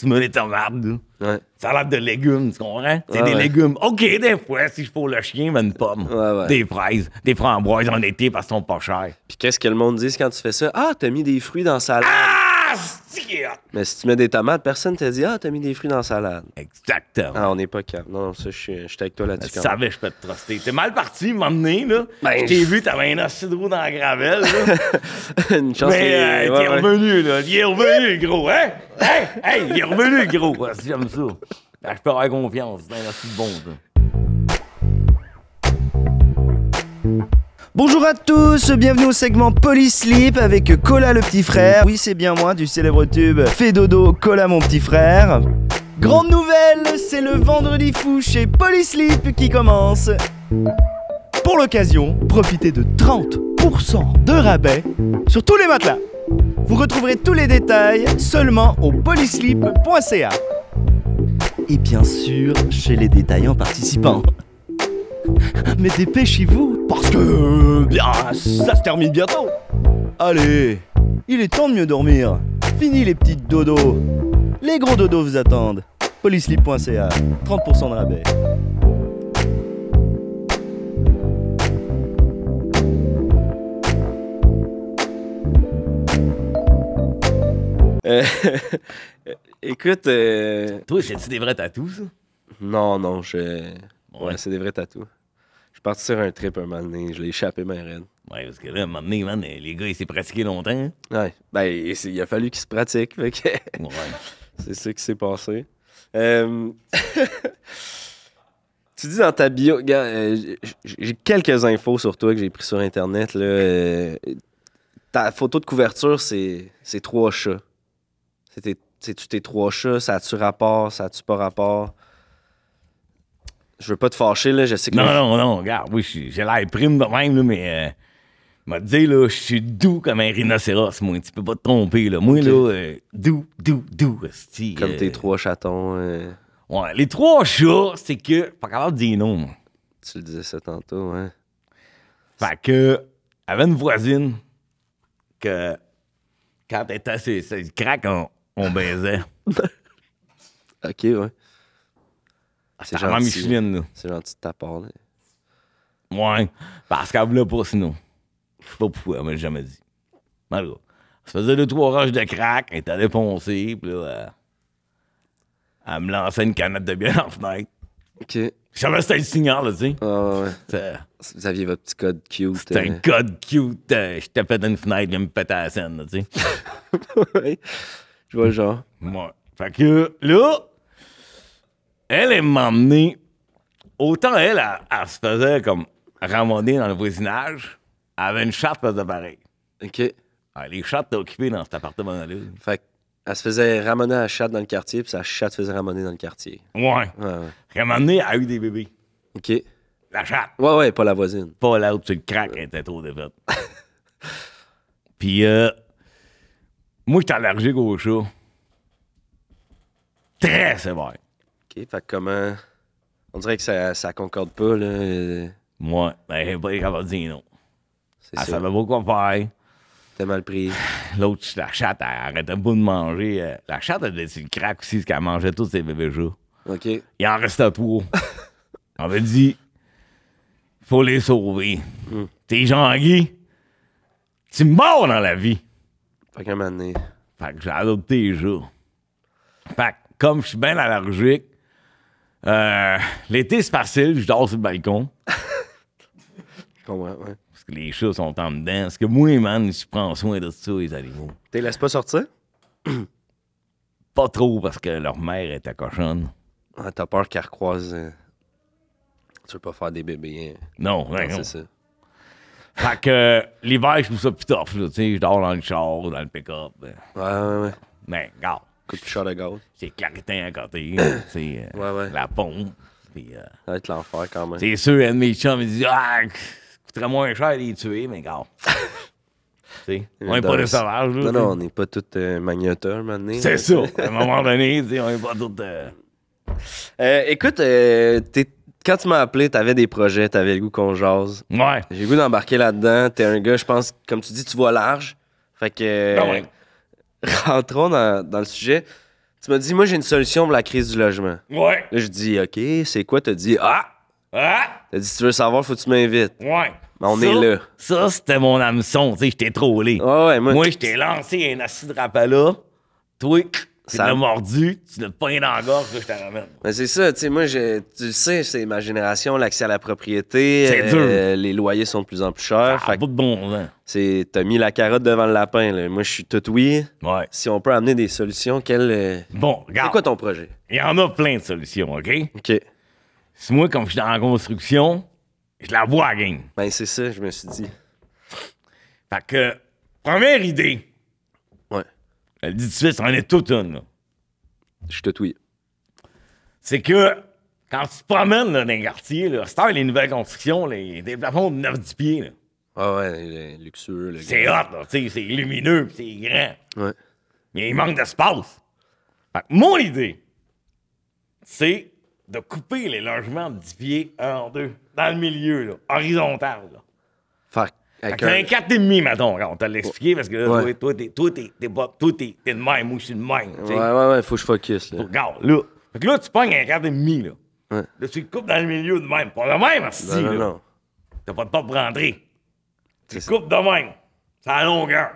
Speaker 3: tu mets les tomates, là.
Speaker 1: Ouais.
Speaker 3: Salade de légumes, tu comprends? C'est
Speaker 1: Ouais,
Speaker 3: des
Speaker 1: ouais.
Speaker 3: légumes. OK, des fois, si je pour le chien, ben une pomme.
Speaker 1: Ouais, ouais.
Speaker 3: Des fraises, des framboises en été parce qu'elles sont pas chères.
Speaker 1: Puis qu'est-ce que le monde dit quand tu fais ça? Ah, t'as mis des fruits dans la salade.
Speaker 3: Ah, c'est hot!
Speaker 1: Mais si tu mets des tomates, personne te dit Ah, t'as mis des fruits dans la salade.
Speaker 3: Exactement.
Speaker 1: Ah, on n'est pas capable. Non, non, ça, je suis je suis avec toi là-dessus.
Speaker 3: Tu
Speaker 1: quand même.
Speaker 3: savais, je peux te truster. T'es mal parti, m'emmener, là.
Speaker 1: Ben,
Speaker 3: je t'ai
Speaker 1: je-
Speaker 3: vu, t'avais un assis de roue dans la
Speaker 1: *laughs*
Speaker 3: gravelle, là.
Speaker 1: Une chance.
Speaker 3: Mais
Speaker 1: que-
Speaker 3: euh, t'es
Speaker 1: ouais, ouais.
Speaker 3: revenu, là. Il est revenu, le gros, hein? Hey, hey, il est revenu, le gros. Ouais, si j'aime ça. Ben, je peux avoir confiance. C'est un assis de bon, ça.
Speaker 1: Bonjour à tous, bienvenue au segment Polysleep avec Cola le petit frère. Oui, c'est bien moi du célèbre tube Fais dodo, Cola mon petit frère. Grande nouvelle, c'est le vendredi fou chez Polysleep qui commence. Pour l'occasion, profitez de 30% de rabais sur tous les matelas. Vous retrouverez tous les détails seulement au polysleep.ca. Et bien sûr, chez les détaillants participants. Mais dépêchez-vous, parce que euh, bien, ça se termine bientôt. Allez, il est temps de mieux dormir. Fini les petites dodos. Les gros dodos vous attendent. Polysleep.ca, 30% de rabais. Écoute, euh,
Speaker 3: Toi, c'est-tu des vrais tatous, ça?
Speaker 1: non, non, je. Ouais,
Speaker 3: Ouais.
Speaker 1: c'est des vrais tatous. Je suis parti sur un trip un moment donné, je l'ai échappé ma reine.
Speaker 3: Ouais, parce que là, à un moment donné, man, les gars, ils s'est pratiqué longtemps. hein.
Speaker 1: Ouais, ben c'est- il a fallu qu'il se pratique, fait que
Speaker 3: Ouais.
Speaker 1: c'est ça qui s'est passé. Euh, *laughs* tu dis dans ta bio, gars, euh, j- j- j'ai quelques infos sur toi que j'ai pris sur internet là. euh, ta photo de couverture, c'est c'est trois chats. C'est tes- C'est-tu tes trois chats? Ça a-tu rapport? Ça a-tu pas rapport? Je veux pas te fâcher, là. Je sais que.
Speaker 3: Non, non, non, regarde, oui, je suis- j'ai l'air prime de même, là, mais. Euh, m'a dit, là, je suis doux comme un rhinocéros, moi. Tu peux pas te tromper, là. Moi, là, euh, doux, doux, doux. esti,
Speaker 1: Comme
Speaker 3: euh,
Speaker 1: tes trois chatons. euh,
Speaker 3: Ouais, les trois chats, c'est que. Pas capable de dire non, moi.
Speaker 1: Tu le disais ça tantôt, hein?
Speaker 3: Fait que, avait une voisine que, quand elle était assez, assez craque, on, on baisait.
Speaker 1: Ok, ouais.
Speaker 3: C'est
Speaker 1: Ah, C'est
Speaker 3: Ah, vraiment
Speaker 1: gentil.
Speaker 3: Micheline, là.
Speaker 1: C'est gentil de ta part. là.
Speaker 3: Ouais, parce qu'elle voulait pas sinon. Je sais pas pourquoi, mais j'ai jamais dit. Mais en tout cas, elle se faisait deux, trois roches de crack, elle était allée poncer, puis là, euh, elle, elle me lançait une canette de bière dans la fenêtre.
Speaker 1: Ok. Ouais,
Speaker 3: Je savais que c'était le signal, là, tu sais.
Speaker 1: ouais.
Speaker 3: C'était-
Speaker 1: Vous aviez votre petit code cute. hein?
Speaker 3: C'était un code cute. euh, Je tapais dans une fenêtre, je me pétais la scène, là, tu sais.
Speaker 1: euh, ouais. Je vois le genre.
Speaker 3: Ouais. Fait que là, elle, elle m'a emmené. Autant elle, elle, elle se faisait comme ramader dans le voisinage, elle avait une chatte, elle faisait pareil.
Speaker 1: Ok. Fait
Speaker 3: Ah, les chats t'es occupé dans cet appartement-là.
Speaker 1: que, elle se faisait ramener à la chatte dans le quartier, puis sa chatte faisait ramener dans le quartier.
Speaker 3: Ouais.
Speaker 1: Ouais, ouais.
Speaker 3: À un moment donné, elle a eu des bébés.
Speaker 1: Ok. Ouais,
Speaker 3: La chatte.
Speaker 1: ouais, pas la voisine.
Speaker 3: Pas l'autre, c'est le crack, elle était trop défaite. Puis, euh, moi, j'étais allergique aux chats. Très sévère.
Speaker 1: Ok. Fait que comment. On dirait que ça, ça concorde pas, là. euh,
Speaker 3: Moi, ben, elle est pas capable de dire non.
Speaker 1: C'est
Speaker 3: Elle
Speaker 1: Ah, ça.
Speaker 3: savait pas quoi faire.
Speaker 1: T'es mal pris.
Speaker 3: L'autre, la chatte, elle arrêtait pas de manger. Euh, La chatte, elle était le crack aussi, parce qu'elle mangeait tous ses bébés chats.
Speaker 1: Ok.
Speaker 3: Il en
Speaker 1: *laughs*
Speaker 3: reste trop. On m'a dit, faut les sauver.
Speaker 1: Hmm.
Speaker 3: T'es Jean-Guy, tu mords dans la vie.
Speaker 1: Fait qu'un moment donné.
Speaker 3: Fait que j'ai adopté les chats. Fait que, comme je suis bien allergique, euh, l'été c'est facile, je dors sur le balcon.
Speaker 1: Je comprends, ouais.
Speaker 3: Parce que les chats sont en dedans. Parce que moi, man, je prends soin de ça, les animaux.
Speaker 1: T'es laisse pas sortir?
Speaker 3: Pas trop parce que leur mère était cochonne.
Speaker 1: Ah, t'as peur qu'elle recroise. euh, Tu veux pas faire des bébés. hein.
Speaker 3: Non, non, non.
Speaker 1: C'est ça.
Speaker 3: Fait que euh, l'hiver, je trouve ça plus tough. là, tu sais, Je dors dans le char, dans le pick-up. euh.
Speaker 1: Ouais, ouais, ouais.
Speaker 3: Mais, regarde,
Speaker 1: Coup de shot à gaz.
Speaker 3: C'est Claritin à côté,
Speaker 1: *coughs*
Speaker 3: c'est
Speaker 1: Ouais, ouais.
Speaker 3: euh, la pompe. Puis, euh,
Speaker 1: Ça va être l'enfer quand même.
Speaker 3: c'est sûr, un de mes chums, il dit Ah, ça coûterait moins cher de les tuer,
Speaker 1: *laughs*
Speaker 3: mais gars. Tu sais, on n'est pas des sauvages, là.
Speaker 1: Non, non, on n'est pas tous euh, magnoteurs maintenant.
Speaker 3: C'est ça. À un moment donné, tu sais, on n'est pas tous. euh,
Speaker 1: Euh, écoute, euh, t'es- quand tu m'as appelé, t'avais des projets, t'avais le goût qu'on jase.
Speaker 3: Ouais.
Speaker 1: J'ai le goût d'embarquer là-dedans. T'es un gars, je pense, comme tu dis, tu vois large. Fait que. euh,
Speaker 3: Ah ouais.
Speaker 1: Rentrons dans, dans le sujet. Tu m'as dit, moi, j'ai une solution pour la crise du logement.
Speaker 3: Ouais.
Speaker 1: Là, je dis, OK, c'est quoi? T'as dit, ah!
Speaker 3: Ah!
Speaker 1: T'as dit, si tu veux savoir, faut que tu m'invites.
Speaker 3: Ouais.
Speaker 1: Mais on
Speaker 3: Ça,
Speaker 1: est là.
Speaker 3: Ça, c'était mon hameçon, tu sais, j'étais trollé.
Speaker 1: Ah Ouais, ouais, moi.
Speaker 3: Moi, je t'ai lancé un acide rapala. Toi, tu
Speaker 1: Ça-
Speaker 3: l'as mordu, tu l'as pogné dans la gorge, là, je te ramène.
Speaker 1: Mais ben, c'est ça, tu sais, moi, je- tu le sais, c'est ma génération, l'accès à la propriété. euh,
Speaker 3: C'est
Speaker 1: Les loyers sont de plus en plus chers. fait
Speaker 3: Ah,
Speaker 1: que
Speaker 3: pas de bon vent.
Speaker 1: c'est- t'as mis la carotte devant le lapin, là. Moi, je suis tout oui.
Speaker 3: Ouais.
Speaker 1: Si on peut amener des solutions, quelle. euh,
Speaker 3: Bon,
Speaker 1: C'est quoi
Speaker 3: regarde,
Speaker 1: ton projet?
Speaker 3: il y en a plein de solutions, OK?
Speaker 1: OK.
Speaker 3: C'est moi, comme je suis dans la construction, je la vois, la game.
Speaker 1: Ben, c'est ça, je me suis dit.
Speaker 3: Fait que, première idée,
Speaker 1: Ouais,
Speaker 3: je le dis tout de suite, c'en est toute une, là.
Speaker 1: je suis tout oui.
Speaker 3: c'est que quand tu te promènes là, dans les quartiers, là, c'est les nouvelles constructions, là, il y a des plafonds de 9-10 pieds. là.
Speaker 1: Ah ouais, le luxueux, le
Speaker 3: C'est hot, là, tu sais, c'est lumineux, puis c'est grand.
Speaker 1: Ouais.
Speaker 3: Mais il manque d'espace. Fait que mon idée, c'est de couper les logements de 10 pieds un en deux, dans le milieu, là, horizontal. Là.
Speaker 1: Faire
Speaker 3: Fait
Speaker 1: avec
Speaker 3: que t'as un
Speaker 1: un...
Speaker 3: 4,5, mettons, quand on t'a l'expliqué, parce que là,
Speaker 1: Ouais.
Speaker 3: toi, toi, t'es- toi, t'es- t'es pas- toi, t'es t'es de même, moi, je suis de même. tu sais.
Speaker 1: Ouais, ouais, ouais, faut que je focus, là.
Speaker 3: Regarde, là. Fait que là, tu pognes un 4,5, là.
Speaker 1: Ouais.
Speaker 3: Là, tu le coupes dans le milieu de même. Pas de même, merci.
Speaker 1: Ben Non, non,
Speaker 3: là.
Speaker 1: non.
Speaker 3: T'as pas de porte pour rentrer. Tu
Speaker 1: C'est
Speaker 3: coupes de même. C'est à la longueur.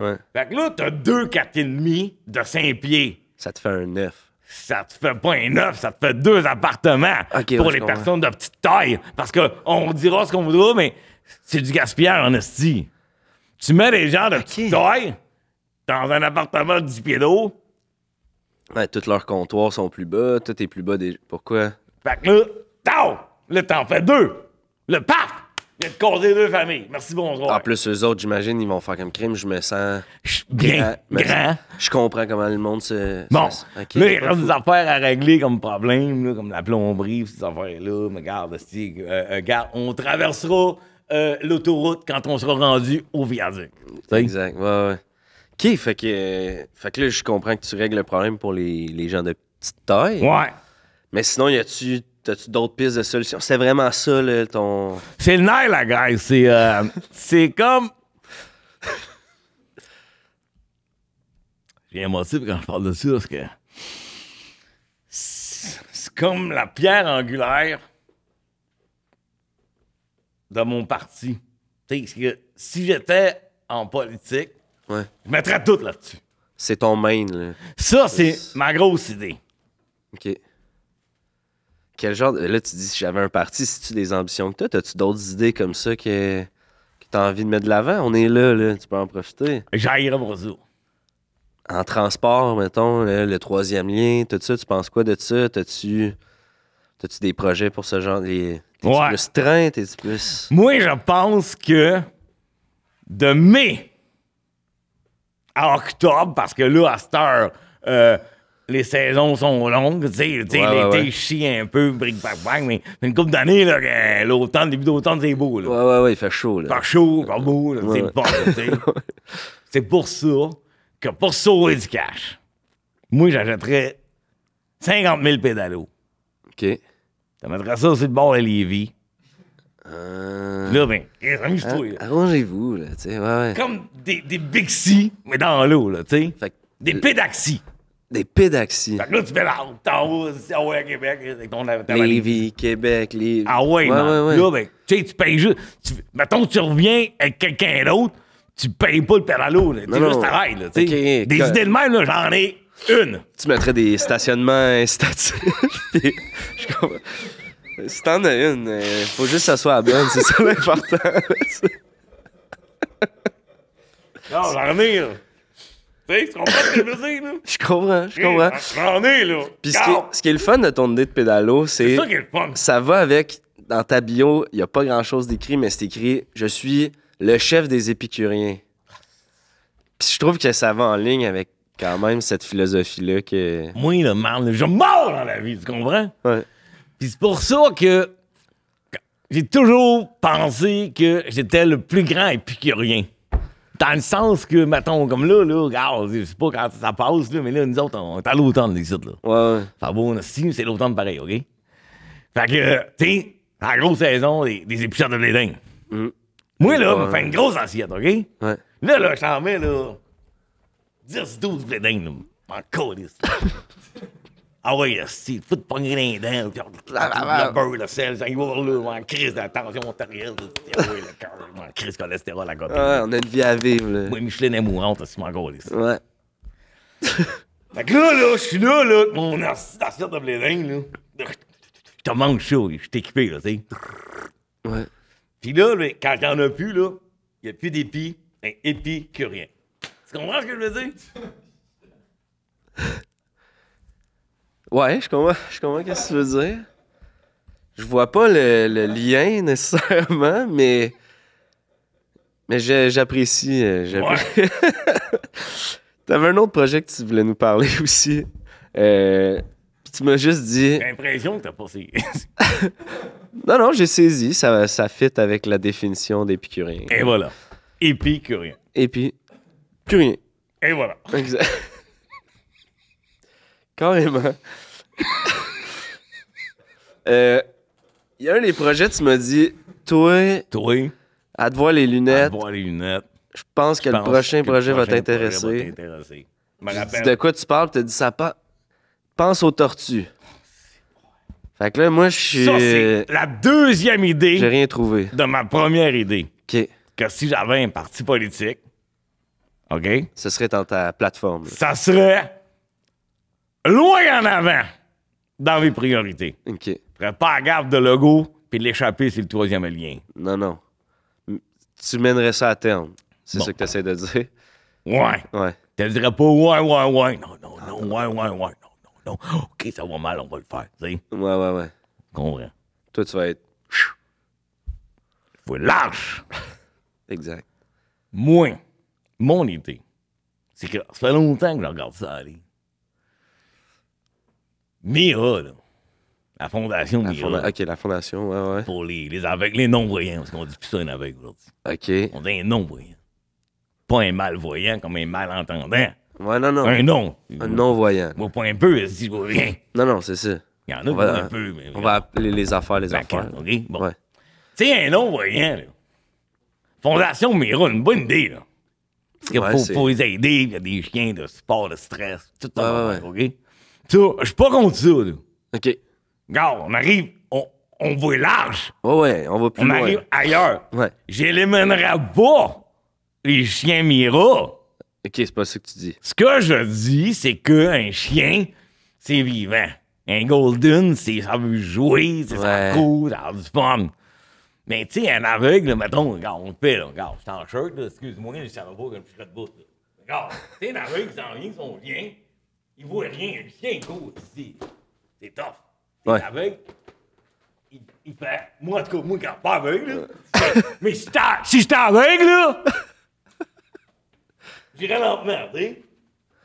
Speaker 1: Ouais.
Speaker 3: Fait que là, t'as deux 4,5 de 5 pieds.
Speaker 1: Ça te fait un neuf.
Speaker 3: Ça te fait pas un neuf, ça te fait deux appartements
Speaker 1: Ok,
Speaker 3: pour
Speaker 1: ouais, je
Speaker 3: les
Speaker 1: comprends.
Speaker 3: personnes de petite taille. Parce que on dira ce qu'on voudra, mais c'est du gaspillage en esti. Tu mets des gens de petite taille dans un appartement de 10 pieds d'eau,
Speaker 1: Ouais, tous leurs comptoirs sont plus bas, tout est plus bas des. Pourquoi?
Speaker 3: Fait que là, tao! Là, t'en fais deux. Le paf! Il a de causer deux familles. Merci, bonsoir.
Speaker 1: En plus, eux autres, j'imagine, ils vont faire comme crime, je me sens.
Speaker 3: Je suis bien
Speaker 1: mais-
Speaker 3: grand.
Speaker 1: Je comprends comment le monde se.
Speaker 3: Bon,
Speaker 1: se- Ok.
Speaker 3: là, il reste des affaires à régler comme problème, là, comme la plomberie, ces affaires-là. Mais regarde, esti, euh, euh, regarde, on traversera euh, l'autoroute quand on sera rendu au viaduc.
Speaker 1: Exact, ouais, ouais. Ok, fait que, euh, fait que là, je comprends que tu règles le problème pour les, les gens de petite taille.
Speaker 3: Ouais.
Speaker 1: Mais sinon, y a-tu t'as-tu d'autres pistes de solutions? C'est vraiment ça, là, ton.
Speaker 3: C'est le nerf, la Grèce. C'est, euh, c'est comme. J'ai émotif quand je parle de ça parce que. C'est c'est comme la pierre angulaire de mon parti. Tu sais, c'est que si j'étais en politique,
Speaker 1: Ouais.
Speaker 3: je mettrais tout là-dessus.
Speaker 1: C'est ton main, là.
Speaker 3: Ça, c'est ma grosse idée.
Speaker 1: Ok. Quel genre de. Là, tu dis si j'avais un parti, si tu des ambitions que t'as, t'as-tu d'autres idées comme ça que, que t'as envie de mettre de l'avant? On est là, là, tu peux en profiter.
Speaker 3: J'aillerais pour ça.
Speaker 1: En transport, mettons, là, le troisième lien, tout ça, tu penses quoi de ça? T'as-tu. T'as-tu des projets pour ce genre? Les... T'es-tu
Speaker 3: Ouais.
Speaker 1: plus train? T'es-tu plus.
Speaker 3: Moi, je pense que de mai à octobre, parce que là, à cette heure, euh, les saisons sont longues. Tu sais, tu sais,
Speaker 1: Ouais, ouais,
Speaker 3: l'été
Speaker 1: ouais.
Speaker 3: chie un peu, bric bac bang, mais mais une couple d'années, là, que l'automne, début d'automne, c'est beau. Là.
Speaker 1: Ouais, ouais, ouais, il fait chaud, là.
Speaker 3: Pas chaud, pas beau, là,
Speaker 1: Ouais, *laughs*
Speaker 3: c'est
Speaker 1: ouais.
Speaker 3: le fun, là, tu sais. C'est pour ça que pour sauver du cash, moi, j'achèterais 50 000 pédalos.
Speaker 1: Ok.
Speaker 3: Je mettrais ça sur le bord de Lévis.
Speaker 1: Euh,
Speaker 3: Là, ben,
Speaker 1: Hein?
Speaker 3: amuse-toi. là.
Speaker 1: Arrangez-vous, là, tu sais, ouais, ouais.
Speaker 3: comme des, des Bixi, mais dans l'eau, là, tu sais.
Speaker 1: Fait que
Speaker 3: Des pédaxis.
Speaker 1: des pédaxies.
Speaker 3: Fait que là, tu fais la route, t'en vas, c'est ah ouais, à Québec, avec ton ta valise.
Speaker 1: Lévis, Québec, Lévis.
Speaker 3: Ah ouais, man.
Speaker 1: ouais, ouais.
Speaker 3: Là, ben, tu sais, tu payes juste. Tu, mettons, tu reviens avec quelqu'un d'autre, tu payes pas le pédalo, là. T'es
Speaker 1: Non,
Speaker 3: juste
Speaker 1: non.
Speaker 3: à l'aide, là, tu sais.
Speaker 1: Ok,
Speaker 3: Des
Speaker 1: que-
Speaker 3: idées de même, là, j'en ai une.
Speaker 1: Tu mettrais des stationnements *laughs* incitatifs. puis- je comprends. Si t'en as une, euh, faut juste que ça soit la bonne, c'est ça l'important. *laughs*
Speaker 3: Non, j'en ai, là. Tu sais, tu comprends ce que je veux dire, là?
Speaker 1: je comprends, je comprends.
Speaker 3: J'en ai, là.
Speaker 1: Puis ce qui,
Speaker 3: Regarde,
Speaker 1: est, ce qui est le fun de ton idée de pédalo,
Speaker 3: C'est
Speaker 1: c'est
Speaker 3: ça qui est le fun.
Speaker 1: ça va avec, dans ta bio, il n'y a pas grand-chose d'écrit, mais c'est écrit « Je suis le chef des épicuriens ». Puis je trouve que ça va en ligne avec quand même cette philosophie-là que.
Speaker 3: Moi, le man, je meurs dans la vie, tu comprends?
Speaker 1: Ouais.
Speaker 3: Puis c'est pour ça que j'ai toujours pensé que j'étais le plus grand épicurien. Dans le sens que, mettons, comme là, là, regarde, je sais pas quand ça passe, là, mais là, nous autres, on est à l'automne, les sites, là.
Speaker 1: Ouais, ouais.
Speaker 3: Fait beau, on a six, c'est l'automne pareil, OK? Fait que, tu sais, la grosse saison des, des épicures de blé d'Inde. Moi, là, je me fais une grosse assiette, OK?
Speaker 1: Ouais.
Speaker 3: Là, là, j'en mets, là, 10, 12 blé d'Inde, là. M'en calisse. Ah ouais, là, si, tout pogné dans les dents, puis on- le beurre, le sel, ça y va, là, en crise de la tension artérielle, là, ah ouais, le cœur, en crise cholestérol à côté.
Speaker 1: Ouais, on a une vie à vivre, là.
Speaker 3: Moi, Micheline est mourante, si m'en calisse.
Speaker 1: Ouais.
Speaker 3: Fait que là, là, je suis là, là, avec mon assis d'assiette de blé d'Inde, là. Je te mange chaud, je suis équipé, là, tu sais.
Speaker 1: Ouais.
Speaker 3: Puis là, là, quand il n'y en a plus, là, il n'y a plus d'épis, un épicurien. Tu comprends ce que je veux dire?
Speaker 1: Ouais, je comprends, je comprends qu'est-ce que tu veux dire. Je vois pas le, le lien nécessairement, mais. Mais je- j'apprécie. euh, j'appré- T'avais un autre projet que tu voulais nous parler *laughs* aussi. Euh, puis tu m'as juste dit.
Speaker 3: J'ai l'impression que t'as pas ces... *laughs*
Speaker 1: Non, non, j'ai saisi. Ça, ça fit avec la définition d'épicurien.
Speaker 3: Et voilà. Épicurien.
Speaker 1: Et puis. Plus rien.
Speaker 3: Et voilà.
Speaker 1: Exact. *laughs* Carrément. *laughs* Euh, Il y a un des projets, tu m'as dit, toi,
Speaker 3: Toi,
Speaker 1: à te voir les
Speaker 3: à
Speaker 1: lunettes,
Speaker 3: voir les lunettes.
Speaker 1: je pense que le
Speaker 3: pense
Speaker 1: prochain
Speaker 3: que le
Speaker 1: projet va
Speaker 3: prochain projet
Speaker 1: t'intéresser.
Speaker 3: va t'intéresser. Je me
Speaker 1: J'ai dit,
Speaker 3: rappelle.
Speaker 1: De quoi tu parles? Tu as dit ça pas. Pense aux tortues. Fait que là, moi, je suis.
Speaker 3: Ça, c'est
Speaker 1: J'ai
Speaker 3: la deuxième idée
Speaker 1: rien trouvé.
Speaker 3: de ma première idée.
Speaker 1: OK.
Speaker 3: Que si j'avais un parti politique, OK,
Speaker 1: Ce serait dans ta plateforme. là.
Speaker 3: ça serait loin en avant dans mes priorités.
Speaker 1: OK.
Speaker 3: Je ferais pas à garde de logo puis de l'échapper, c'est le troisième lien.
Speaker 1: Non, non. M- Tu mènerais ça à terme. C'est
Speaker 3: Bon.
Speaker 1: ça que tu essaies de dire. *laughs*
Speaker 3: Ouais.
Speaker 1: Ouais.
Speaker 3: Tu dirais pas ouais, ouais, ouais. Non, non,
Speaker 1: Ah,
Speaker 3: non, ouais, ouais, ouais. Non, non, non. OK, ça va mal, on va le faire. Tu sais,
Speaker 1: Ouais, ouais, ouais.
Speaker 3: comprends.
Speaker 1: Toi, tu vas être.
Speaker 3: Faut lâche.
Speaker 1: Exact.
Speaker 3: Moi, mon idée, c'est que ça fait longtemps que je regarde ça aller. Mira, là, la fondation
Speaker 1: La
Speaker 3: Mira,
Speaker 1: fonda- Ok, la fondation, ouais, ouais.
Speaker 3: pour les, les aveugles, les non-voyants, parce qu'on dit plus ça un aveugle aujourd'hui.
Speaker 1: Ok.
Speaker 3: On dit un non-voyant. Pas un malvoyant comme un malentendant.
Speaker 1: Ouais, non, non.
Speaker 3: Un non.
Speaker 1: Un non-voyant.
Speaker 3: Je vois pas un peu, si je vois rien.
Speaker 1: Non, non, c'est ça.
Speaker 3: Il y en a qui
Speaker 1: On
Speaker 3: voient
Speaker 1: va,
Speaker 3: un peu, mais.
Speaker 1: on va appeler les affaires les
Speaker 3: Ben,
Speaker 1: affaires.
Speaker 3: quand- OK, bon.
Speaker 1: Ouais.
Speaker 3: Tu sais, un non-voyant, là. Fondation Mira, une bonne idée, là. Parce qu'il
Speaker 1: Ouais,
Speaker 3: faut,
Speaker 1: c'est-
Speaker 3: faut les aider, il y a des chiens de sport, de stress, tout ça.
Speaker 1: Ouais,
Speaker 3: OK? Ça, je suis pas contre ça, là.
Speaker 1: Ok.
Speaker 3: Regarde, on arrive, on, on voit large,
Speaker 1: Ouais, ouais, on va plus
Speaker 3: on
Speaker 1: loin.
Speaker 3: arrive ailleurs.
Speaker 1: Ouais.
Speaker 3: J'éliminerai pas les chiens Mira.
Speaker 1: Ok, c'est pas ça que tu dis.
Speaker 3: Ce que je dis, c'est qu'un chien, c'est vivant. Un golden, c'est ça veut jouer, c'est
Speaker 1: Ouais.
Speaker 3: ça court, ça a du fun. Mais tu sais, un aveugle, là, mettons, regarde, on le fait, là, regarde, je suis en shirt, là, excuse-moi, je savais pas que je serais de bout. là. Regarde, tu sais, un aveugle, il s'en vient, son vient, il voit rien, le chien court ici. C'est tough. T'es
Speaker 1: Ouais.
Speaker 3: aveugle, il, il fait, moi, en tout cas, moi, quand je suis pas aveugle, là, mais si j'étais si j'étais aveugle, là, j'irais lentement, tu sais.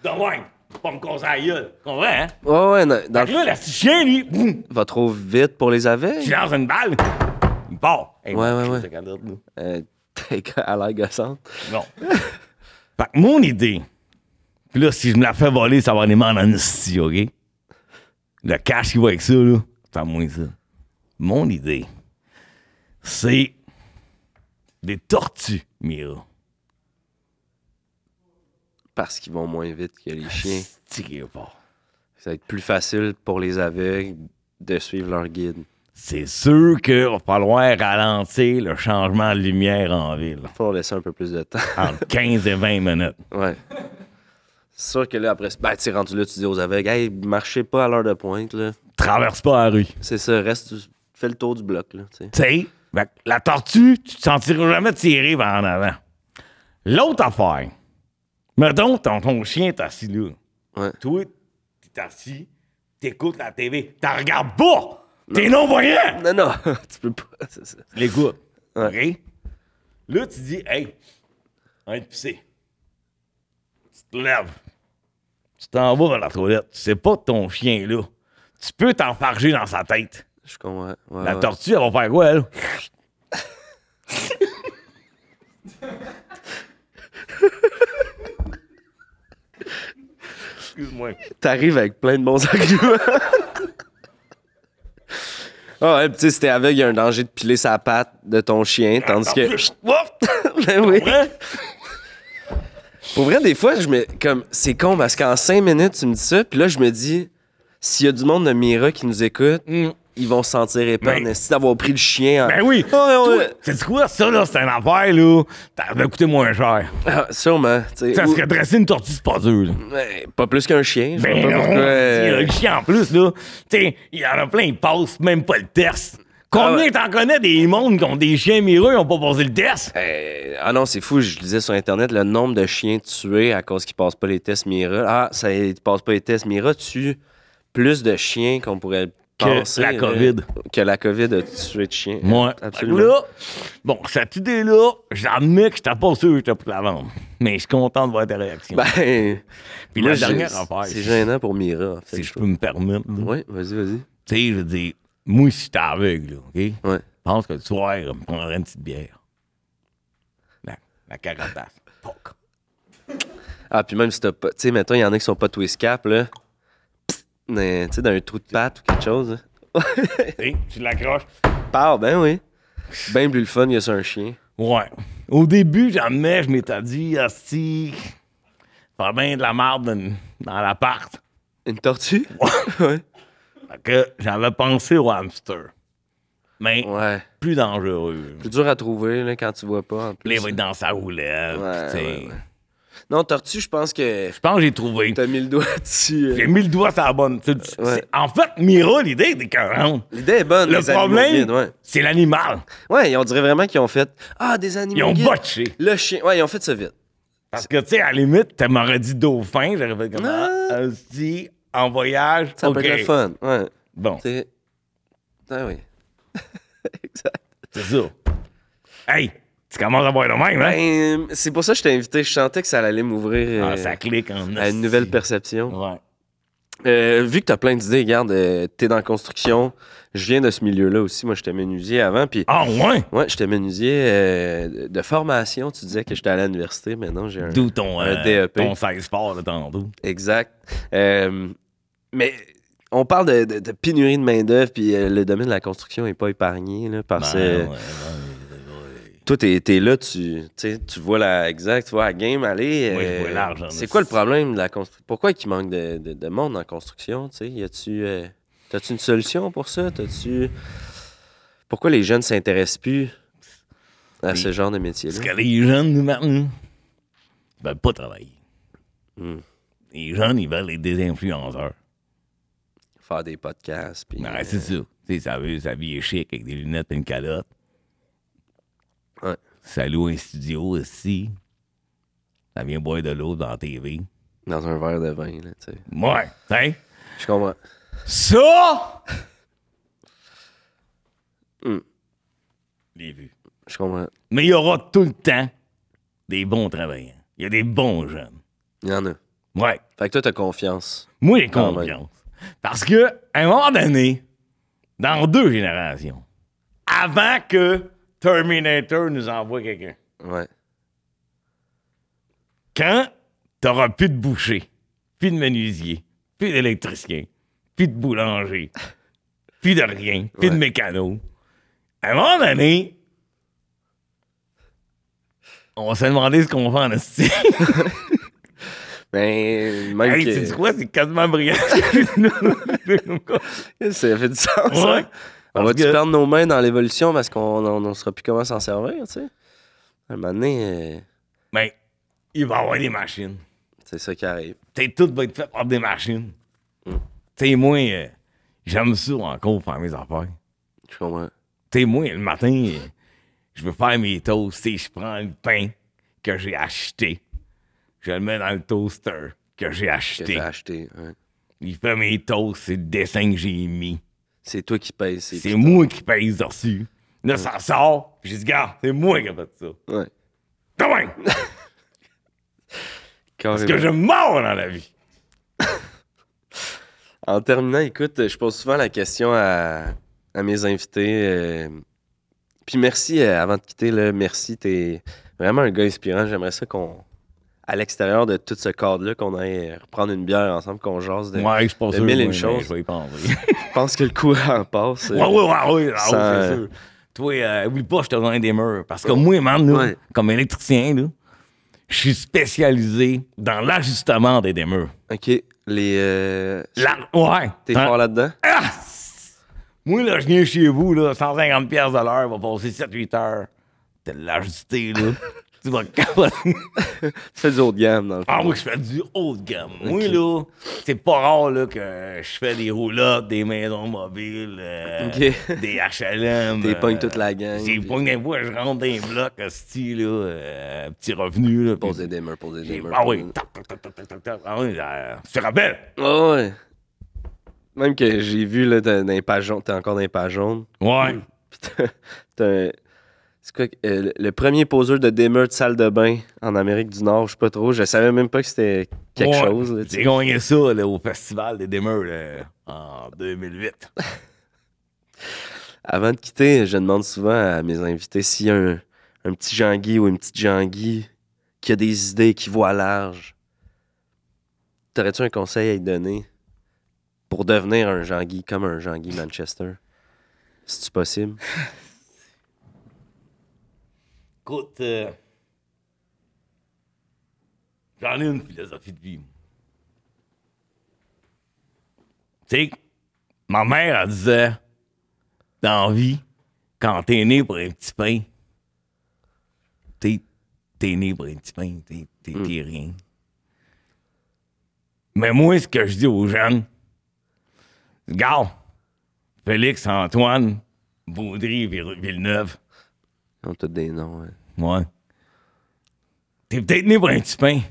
Speaker 3: De même, pas me casser la gueule. Tu Comprends, hein?
Speaker 1: Ouais, ouais, non, dans le
Speaker 3: Fait que
Speaker 1: fond,
Speaker 3: là, le petit chien, lui, boum,
Speaker 1: va trop vite pour les
Speaker 3: tu
Speaker 1: aveugles.
Speaker 3: lances une balle, il part. Hey,
Speaker 1: Ouais, ouais, ouais.
Speaker 3: c'est cadeau, nous.
Speaker 1: Euh, *laughs* T'es à l'air gossante.
Speaker 3: Non. fait que mon idée, pis là, si je me la fais voler, ça va aller mal en esti, OK? Le cash qui va avec ça, là, c'est à moins ça. Mon idée, c'est des tortues, Mira.
Speaker 1: Parce qu'ils vont moins vite que les chiens.
Speaker 3: C'est qui est fort.
Speaker 1: Ça va être plus facile pour les aveugles de suivre leur guide.
Speaker 3: C'est sûr qu'il va falloir ralentir le changement de lumière en ville.
Speaker 1: Faut leur laisser un peu plus de temps. *laughs*
Speaker 3: Entre 15 et 20 minutes.
Speaker 1: Ouais. C'est sûr que là, après, ben, tu sais, rendu là, tu dis aux aveugles, hey, marchez pas à l'heure de pointe, là.
Speaker 3: Traverse pas la rue. Tu
Speaker 1: C'est ça, reste, fais le tour du bloc, là, tu sais.
Speaker 3: sais, fait que la tortue, tu te sentiras jamais tiré vers en avant. L'autre affaire, mettons, ton, ton chien est assis là.
Speaker 1: Ouais.
Speaker 3: Toi, t'es assis, t'écoutes la TV, t'en regardes pas! T'es non-voyant!
Speaker 1: Non, *laughs* non, tu peux pas, c'est ça.
Speaker 3: Tu l'écoutes.
Speaker 1: Ouais.
Speaker 3: OK? Là, tu dis, hey, on va être pissé. Tu te lèves. Tu t'en vas vers la toilette. C'est pas ton chien, là. Tu peux t'enfarger dans sa tête.
Speaker 1: Je comprends. Ouais,
Speaker 3: La
Speaker 1: ouais.
Speaker 3: tortue, elle va faire quoi, elle? Excuse-moi.
Speaker 1: T'arrives avec plein de bons *laughs* arguments. Ah ouais, pis tu sais, si t'es aveugle, il y a un danger de piler sa patte de ton chien, tandis que. *laughs* Ben oui.
Speaker 3: Hein?
Speaker 1: Pour vrai, des fois, je me. Comme, c'est con parce qu'en cinq minutes, tu me dis ça, puis là, je me dis, s'il y a du monde de Mira qui nous écoute, ils vont se sentir épais
Speaker 3: Mm. Ben-
Speaker 1: en esti d'avoir pris le chien en. Ah,
Speaker 3: Ben oui.
Speaker 1: Ouais, ouais,
Speaker 3: Toi,
Speaker 1: ouais.
Speaker 3: C'est quoi, ça, là? C'est un affaire, là. T'avais coûté moins cher.
Speaker 1: Ah, sûrement. tu sais.
Speaker 3: Ça
Speaker 1: Ou-
Speaker 3: serait dresser une tortue, c'est pas dur, là.
Speaker 1: Ouais, pas plus qu'un chien. Je
Speaker 3: Ben
Speaker 1: vois pas
Speaker 3: non,
Speaker 1: pourquoi. euh,
Speaker 3: il y a le chien en plus, là. T'sais, il y en a plein, ils passent même pas le test.
Speaker 1: Ah
Speaker 3: Combien
Speaker 1: ouais.
Speaker 3: t'en connais des mondes qui ont des chiens mireux ils ont pas passé le test?
Speaker 1: Euh, ah non, c'est fou. Je lisais sur Internet le nombre de chiens tués à cause qu'ils passent pas les tests Mira. Ah, ça, ils passent pas les tests Mira. Tu plus de chiens qu'on pourrait
Speaker 3: Que
Speaker 1: penser.
Speaker 3: la
Speaker 1: là,
Speaker 3: COVID.
Speaker 1: que la COVID a tué de chiens.
Speaker 3: Moi,
Speaker 1: absolument.
Speaker 3: Là, bon, cette idée-là, j'admets que j'étais pas sûr que j'étais pour la vendre. Mais je suis content de voir ta réaction.
Speaker 1: Ben,
Speaker 3: Puis
Speaker 1: moi,
Speaker 3: la
Speaker 1: j'ai-
Speaker 3: dernière affaire,
Speaker 1: C'est
Speaker 3: si
Speaker 1: gênant pour Mira, en fait.
Speaker 3: je peux me permettre, là.
Speaker 1: Oui, vas-y, vas-y.
Speaker 3: tu sais, je veux dire, moi, si t'es aveugle, là, OK? Je
Speaker 1: Ouais.
Speaker 3: pense que le soir, je me prendrais une petite bière. La, la carottasse. Fuck.
Speaker 1: Ah, puis même si t'as pas. Tu sais, mettons, il y en a qui sont pas twist cap, là. Psst, Mais, tu sais, dans un trou de patte ou quelque chose.
Speaker 3: Tu sais, tu l'accroches.
Speaker 1: Par, ben oui. Ben plus le fun que sur un chien.
Speaker 3: Ouais. Au début, j'admets, je m'étais dit, Asti, pas bien de la marde dans- dans l'appart.
Speaker 1: Une tortue? *laughs* Ouais.
Speaker 3: Fait que j'avais pensé au hamster. Mais
Speaker 1: Ouais.
Speaker 3: plus dangereux.
Speaker 1: Plus dur à trouver là, quand tu vois pas. En
Speaker 3: Puis
Speaker 1: plus.
Speaker 3: là, il va être dans sa roulette.
Speaker 1: Ouais,
Speaker 3: puis, tu sais.
Speaker 1: ouais, ouais. Non, tortue, je pense que *laughs*
Speaker 3: Je pense que j'ai trouvé.
Speaker 1: t'as mis le doigt dessus. euh.
Speaker 3: J'ai mis le doigt sur la bonne. Tu- tu-
Speaker 1: Ouais.
Speaker 3: c'est- En fait, Mira, l'idée était écœurante.
Speaker 1: L'idée est bonne.
Speaker 3: Le
Speaker 1: les animaux
Speaker 3: problème,
Speaker 1: guides, ouais.
Speaker 3: c'est l'animal.
Speaker 1: ouais, on dirait vraiment qu'ils ont fait Ah, des animaux.
Speaker 3: Ils ont
Speaker 1: guides.
Speaker 3: botché.
Speaker 1: Le chien. Ouais, ils ont fait ça vite.
Speaker 3: Parce que, tu sais, à la limite, tu m'aurais dit dauphin, j'aurais fait comme
Speaker 1: Non.
Speaker 3: ah, si, en voyage,
Speaker 1: Ça
Speaker 3: ok.
Speaker 1: peut être le fun. Ouais.
Speaker 3: Bon,
Speaker 1: C'est. Ah oui. *laughs* exact.
Speaker 3: c'est ça. Hey, tu commences à voir le même, hein?
Speaker 1: Ben, c'est pour ça que je t'ai invité. Je sentais que ça allait m'ouvrir euh,
Speaker 3: Ah, ça clique en
Speaker 1: à une
Speaker 3: hostie.
Speaker 1: nouvelle perception.
Speaker 3: Ouais.
Speaker 1: Euh, vu que t'as plein d'idées, regarde, euh, t'es dans la construction. Je viens de ce milieu-là aussi. Moi, j'étais menuisier avant. Puis
Speaker 3: Ah, ouais?
Speaker 1: Ouais, j'étais menuisier euh, de formation. Tu disais que j'étais allé à l'université, mais non, j'ai un.
Speaker 3: D'où ton,
Speaker 1: Un E
Speaker 3: euh,
Speaker 1: DEP.
Speaker 3: ton 16 parts de tantôt.
Speaker 1: Exact. Euh, mais on parle de, de- de pénurie de main-d'œuvre, puis euh, le domaine de la construction n'est pas épargné, là, parce que
Speaker 3: Ben, ouais, ouais.
Speaker 1: toi, t'es t'es là, tu, tu sais, tu vois la. Exact, tu vois la game aller. euh,
Speaker 3: Oui, je vois large, hein, en
Speaker 1: C'est
Speaker 3: esti.
Speaker 1: quoi le problème de la construction? Pourquoi il manque de, de- de monde en construction? Tu sais, y a-tu. euh, T'as-tu une solution pour ça? T'as-tu. Pourquoi les jeunes s'intéressent plus à ce genre de métier-là?
Speaker 3: Parce que les jeunes, nous, maintenant, ils veulent pas travailler.
Speaker 1: Hmm.
Speaker 3: Les jeunes, ils veulent être des influenceurs.
Speaker 1: Faire des podcasts, puis.
Speaker 3: Ouais,
Speaker 1: euh,
Speaker 3: c'est ça. Tu sais, ça veut, sa vie est chic avec des lunettes et une calotte.
Speaker 1: Ouais.
Speaker 3: Ça loue un studio aussi. Ça vient boire de l'eau dans la TV.
Speaker 1: dans un verre de vin, là, tu sais.
Speaker 3: Ouais. Hein?
Speaker 1: Je comprends.
Speaker 3: Ça!
Speaker 1: Hmm.
Speaker 3: Les vues.
Speaker 1: Je comprends.
Speaker 3: Mais il y aura tout le temps des bons travailleurs. Il y a des bons jeunes.
Speaker 1: Il y en a.
Speaker 3: Ouais.
Speaker 1: Fait que toi, t'as confiance.
Speaker 3: Moi, j'ai
Speaker 1: Quand
Speaker 3: confiance. Parce que, à un moment donné, dans deux générations, avant que Terminator nous envoie quelqu'un,
Speaker 1: Ouais.
Speaker 3: quand t'auras plus de boucher, plus de menuisier, plus d'électricien, plus de boulanger, plus de rien, plus de
Speaker 1: Ouais.
Speaker 3: mécano, à un moment donné, on va se demander ce qu'on fait en esti.
Speaker 1: Ben, même
Speaker 3: Hey,
Speaker 1: que-
Speaker 3: tu quoi? C'est quasiment brillant. *laughs* ouais,
Speaker 1: *laughs* Ça fait du sens, hein? On
Speaker 3: Parce
Speaker 1: va-tu
Speaker 3: que-
Speaker 1: perdre nos mains dans l'évolution parce qu'on on, on saura plus comment s'en servir, tu sais? À un moment donné, euh,
Speaker 3: mais il va y avoir des machines.
Speaker 1: c'est ça qui arrive.
Speaker 3: T'sais, tout va être fait par des machines. Hum. T'sais, moi, euh, j'aime ça encore faire mes affaires.
Speaker 1: Je comprends.
Speaker 3: T'sais, moi, le matin, euh, je veux faire mes toasts. T'sais, je prends le pain que j'ai acheté. Je le mets dans le toaster que j'ai
Speaker 1: Que
Speaker 3: acheté.
Speaker 1: t'as acheté. ouais.
Speaker 3: Il fait mes toasts, c'est le dessin que j'ai mis.
Speaker 1: C'est toi qui payes.
Speaker 3: C'est moi qui pèse dessus. Là, ça sort. Puis j'ai dit, gars, c'est moi qui ai fait ça.
Speaker 1: Ouais.
Speaker 3: Tá
Speaker 1: Tá
Speaker 3: né, Demain! Parce que je mords dans la vie.
Speaker 1: En terminant, écoute, je pose souvent la question à, à mes invités. euh, puis merci, euh, avant de quitter, là, merci, t'es vraiment un gars inspirant. J'aimerais ça qu'on, à l'extérieur de tout ce cadre-là, qu'on aille reprendre une bière ensemble, qu'on jase. De...
Speaker 3: Ouais, je pense
Speaker 1: de mille et une choses.
Speaker 3: Je vais y penser.
Speaker 1: Je pense que le coup *laughs* en passe. euh,
Speaker 3: Ouais, ouais, ouais, ouais, ah,
Speaker 1: Ça,
Speaker 3: ouais, c'est
Speaker 1: euh,
Speaker 3: sûr. Toi, euh, oublie pas, je te donne des murs. Parce que moi, man, là,
Speaker 1: Ouais.
Speaker 3: comme électricien, là, je suis spécialisé dans l'ajustement des démeurs.
Speaker 1: OK, les... euh,
Speaker 3: La... Ouais.
Speaker 1: T'es
Speaker 3: T'en-
Speaker 1: fort là-dedans?
Speaker 3: Ah! Moi, là, je viens chez vous, là, 150 pièces de l'heure, va passer 7-8 heures. T'as de l'ajusté,
Speaker 1: *laughs*
Speaker 3: là. tu vas capoter.
Speaker 1: Tu fais du haut de gamme, dans le fond.
Speaker 3: Ah, moi, je fais du haut de gamme. Moi, là, c'est pas rare là, que je fais des roulottes, des maisons mobiles, euh,
Speaker 1: Ok.
Speaker 3: des HLM.
Speaker 1: T'es
Speaker 3: euh,
Speaker 1: pognes toute la gang.
Speaker 3: J'ai
Speaker 1: puis
Speaker 3: pogne des fois, je rentre dans les blocs, style, là, euh, petit revenu. Là,
Speaker 1: Pose
Speaker 3: puis-
Speaker 1: des démeurs, pose des
Speaker 3: j'ai-
Speaker 1: démeurs.
Speaker 3: Ah oui, tac, tac, tac, tac, tac, tac, tac. Ah oui, euh, tu te rappelles?
Speaker 1: Ah ouais. Même que j'ai vu, là, t'as dans les pages jaunes- t'es encore dans les pages jaunes.
Speaker 3: Ouais.
Speaker 1: Puis t'as- t'as un- C'est quoi? que- euh, le- le premier poseur de démeur de salle de bain en Amérique du Nord, je sais pas trop. Je savais même pas que c'était quelque
Speaker 3: Ouais.
Speaker 1: chose. là, tu sais.
Speaker 3: J'ai gagné ça là, au Festival des Demeures là, en 2008.
Speaker 1: Avant de quitter, je demande souvent à mes invités s'il y a un, un petit Jean-Guy ou une petite Jean-Guy qui a des idées, qui voit large. T'aurais-tu un conseil à lui donner pour devenir un Jean-Guy comme un Jean-Guy Manchester? C'est-tu possible?
Speaker 3: Écoute, euh, j'en ai une philosophie de vie. Tu sais, ma mère, elle disait, dans la vie, quand t'es né pour un petit pain, t'es, t'es né pour un petit pain, t'es, t'es- t'es rien. Mais moi, ce que je dis aux jeunes, regarde, Félix, Antoine, Baudry, Ville- Villeneuve,
Speaker 1: On a tous des noms. hein.
Speaker 3: Ouais. T'es peut-être né pour un petit pain,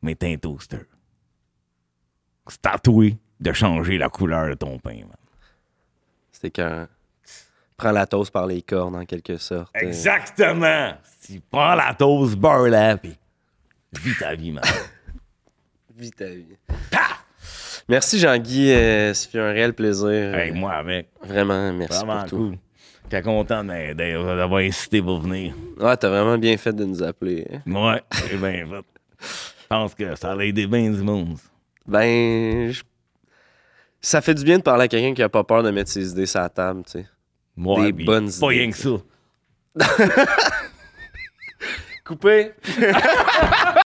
Speaker 3: mais t'es un toaster. C'est tatoué de changer la couleur de ton pain. man.
Speaker 1: C'était quand. Prends la toast par les cornes, en quelque sorte. euh,
Speaker 3: Exactement! Si prends la toast, beurre la pis vis
Speaker 1: *laughs*
Speaker 3: ta vie, man.
Speaker 1: Vis ta vie. Merci Jean-Guy, euh, ça fait un réel plaisir.
Speaker 3: hey,
Speaker 1: Euh,
Speaker 3: moi avec.
Speaker 1: Vraiment, merci
Speaker 3: Vraiment
Speaker 1: pour tout.
Speaker 3: cool. J'étais content de- de- d'avoir incité pour venir.
Speaker 1: Ouais, t'as vraiment bien fait de nous appeler. hein.
Speaker 3: Ouais, c'est bien fait. Je pense que ça a aidé bien du monde.
Speaker 1: Ben, je- ça fait du bien de parler à quelqu'un qui a pas peur de mettre ses idées sur la table, tu sais.
Speaker 3: Ouais,
Speaker 1: Des
Speaker 3: pis
Speaker 1: bonnes
Speaker 3: Pas
Speaker 1: idées.
Speaker 3: rien que ça.
Speaker 1: Coupé.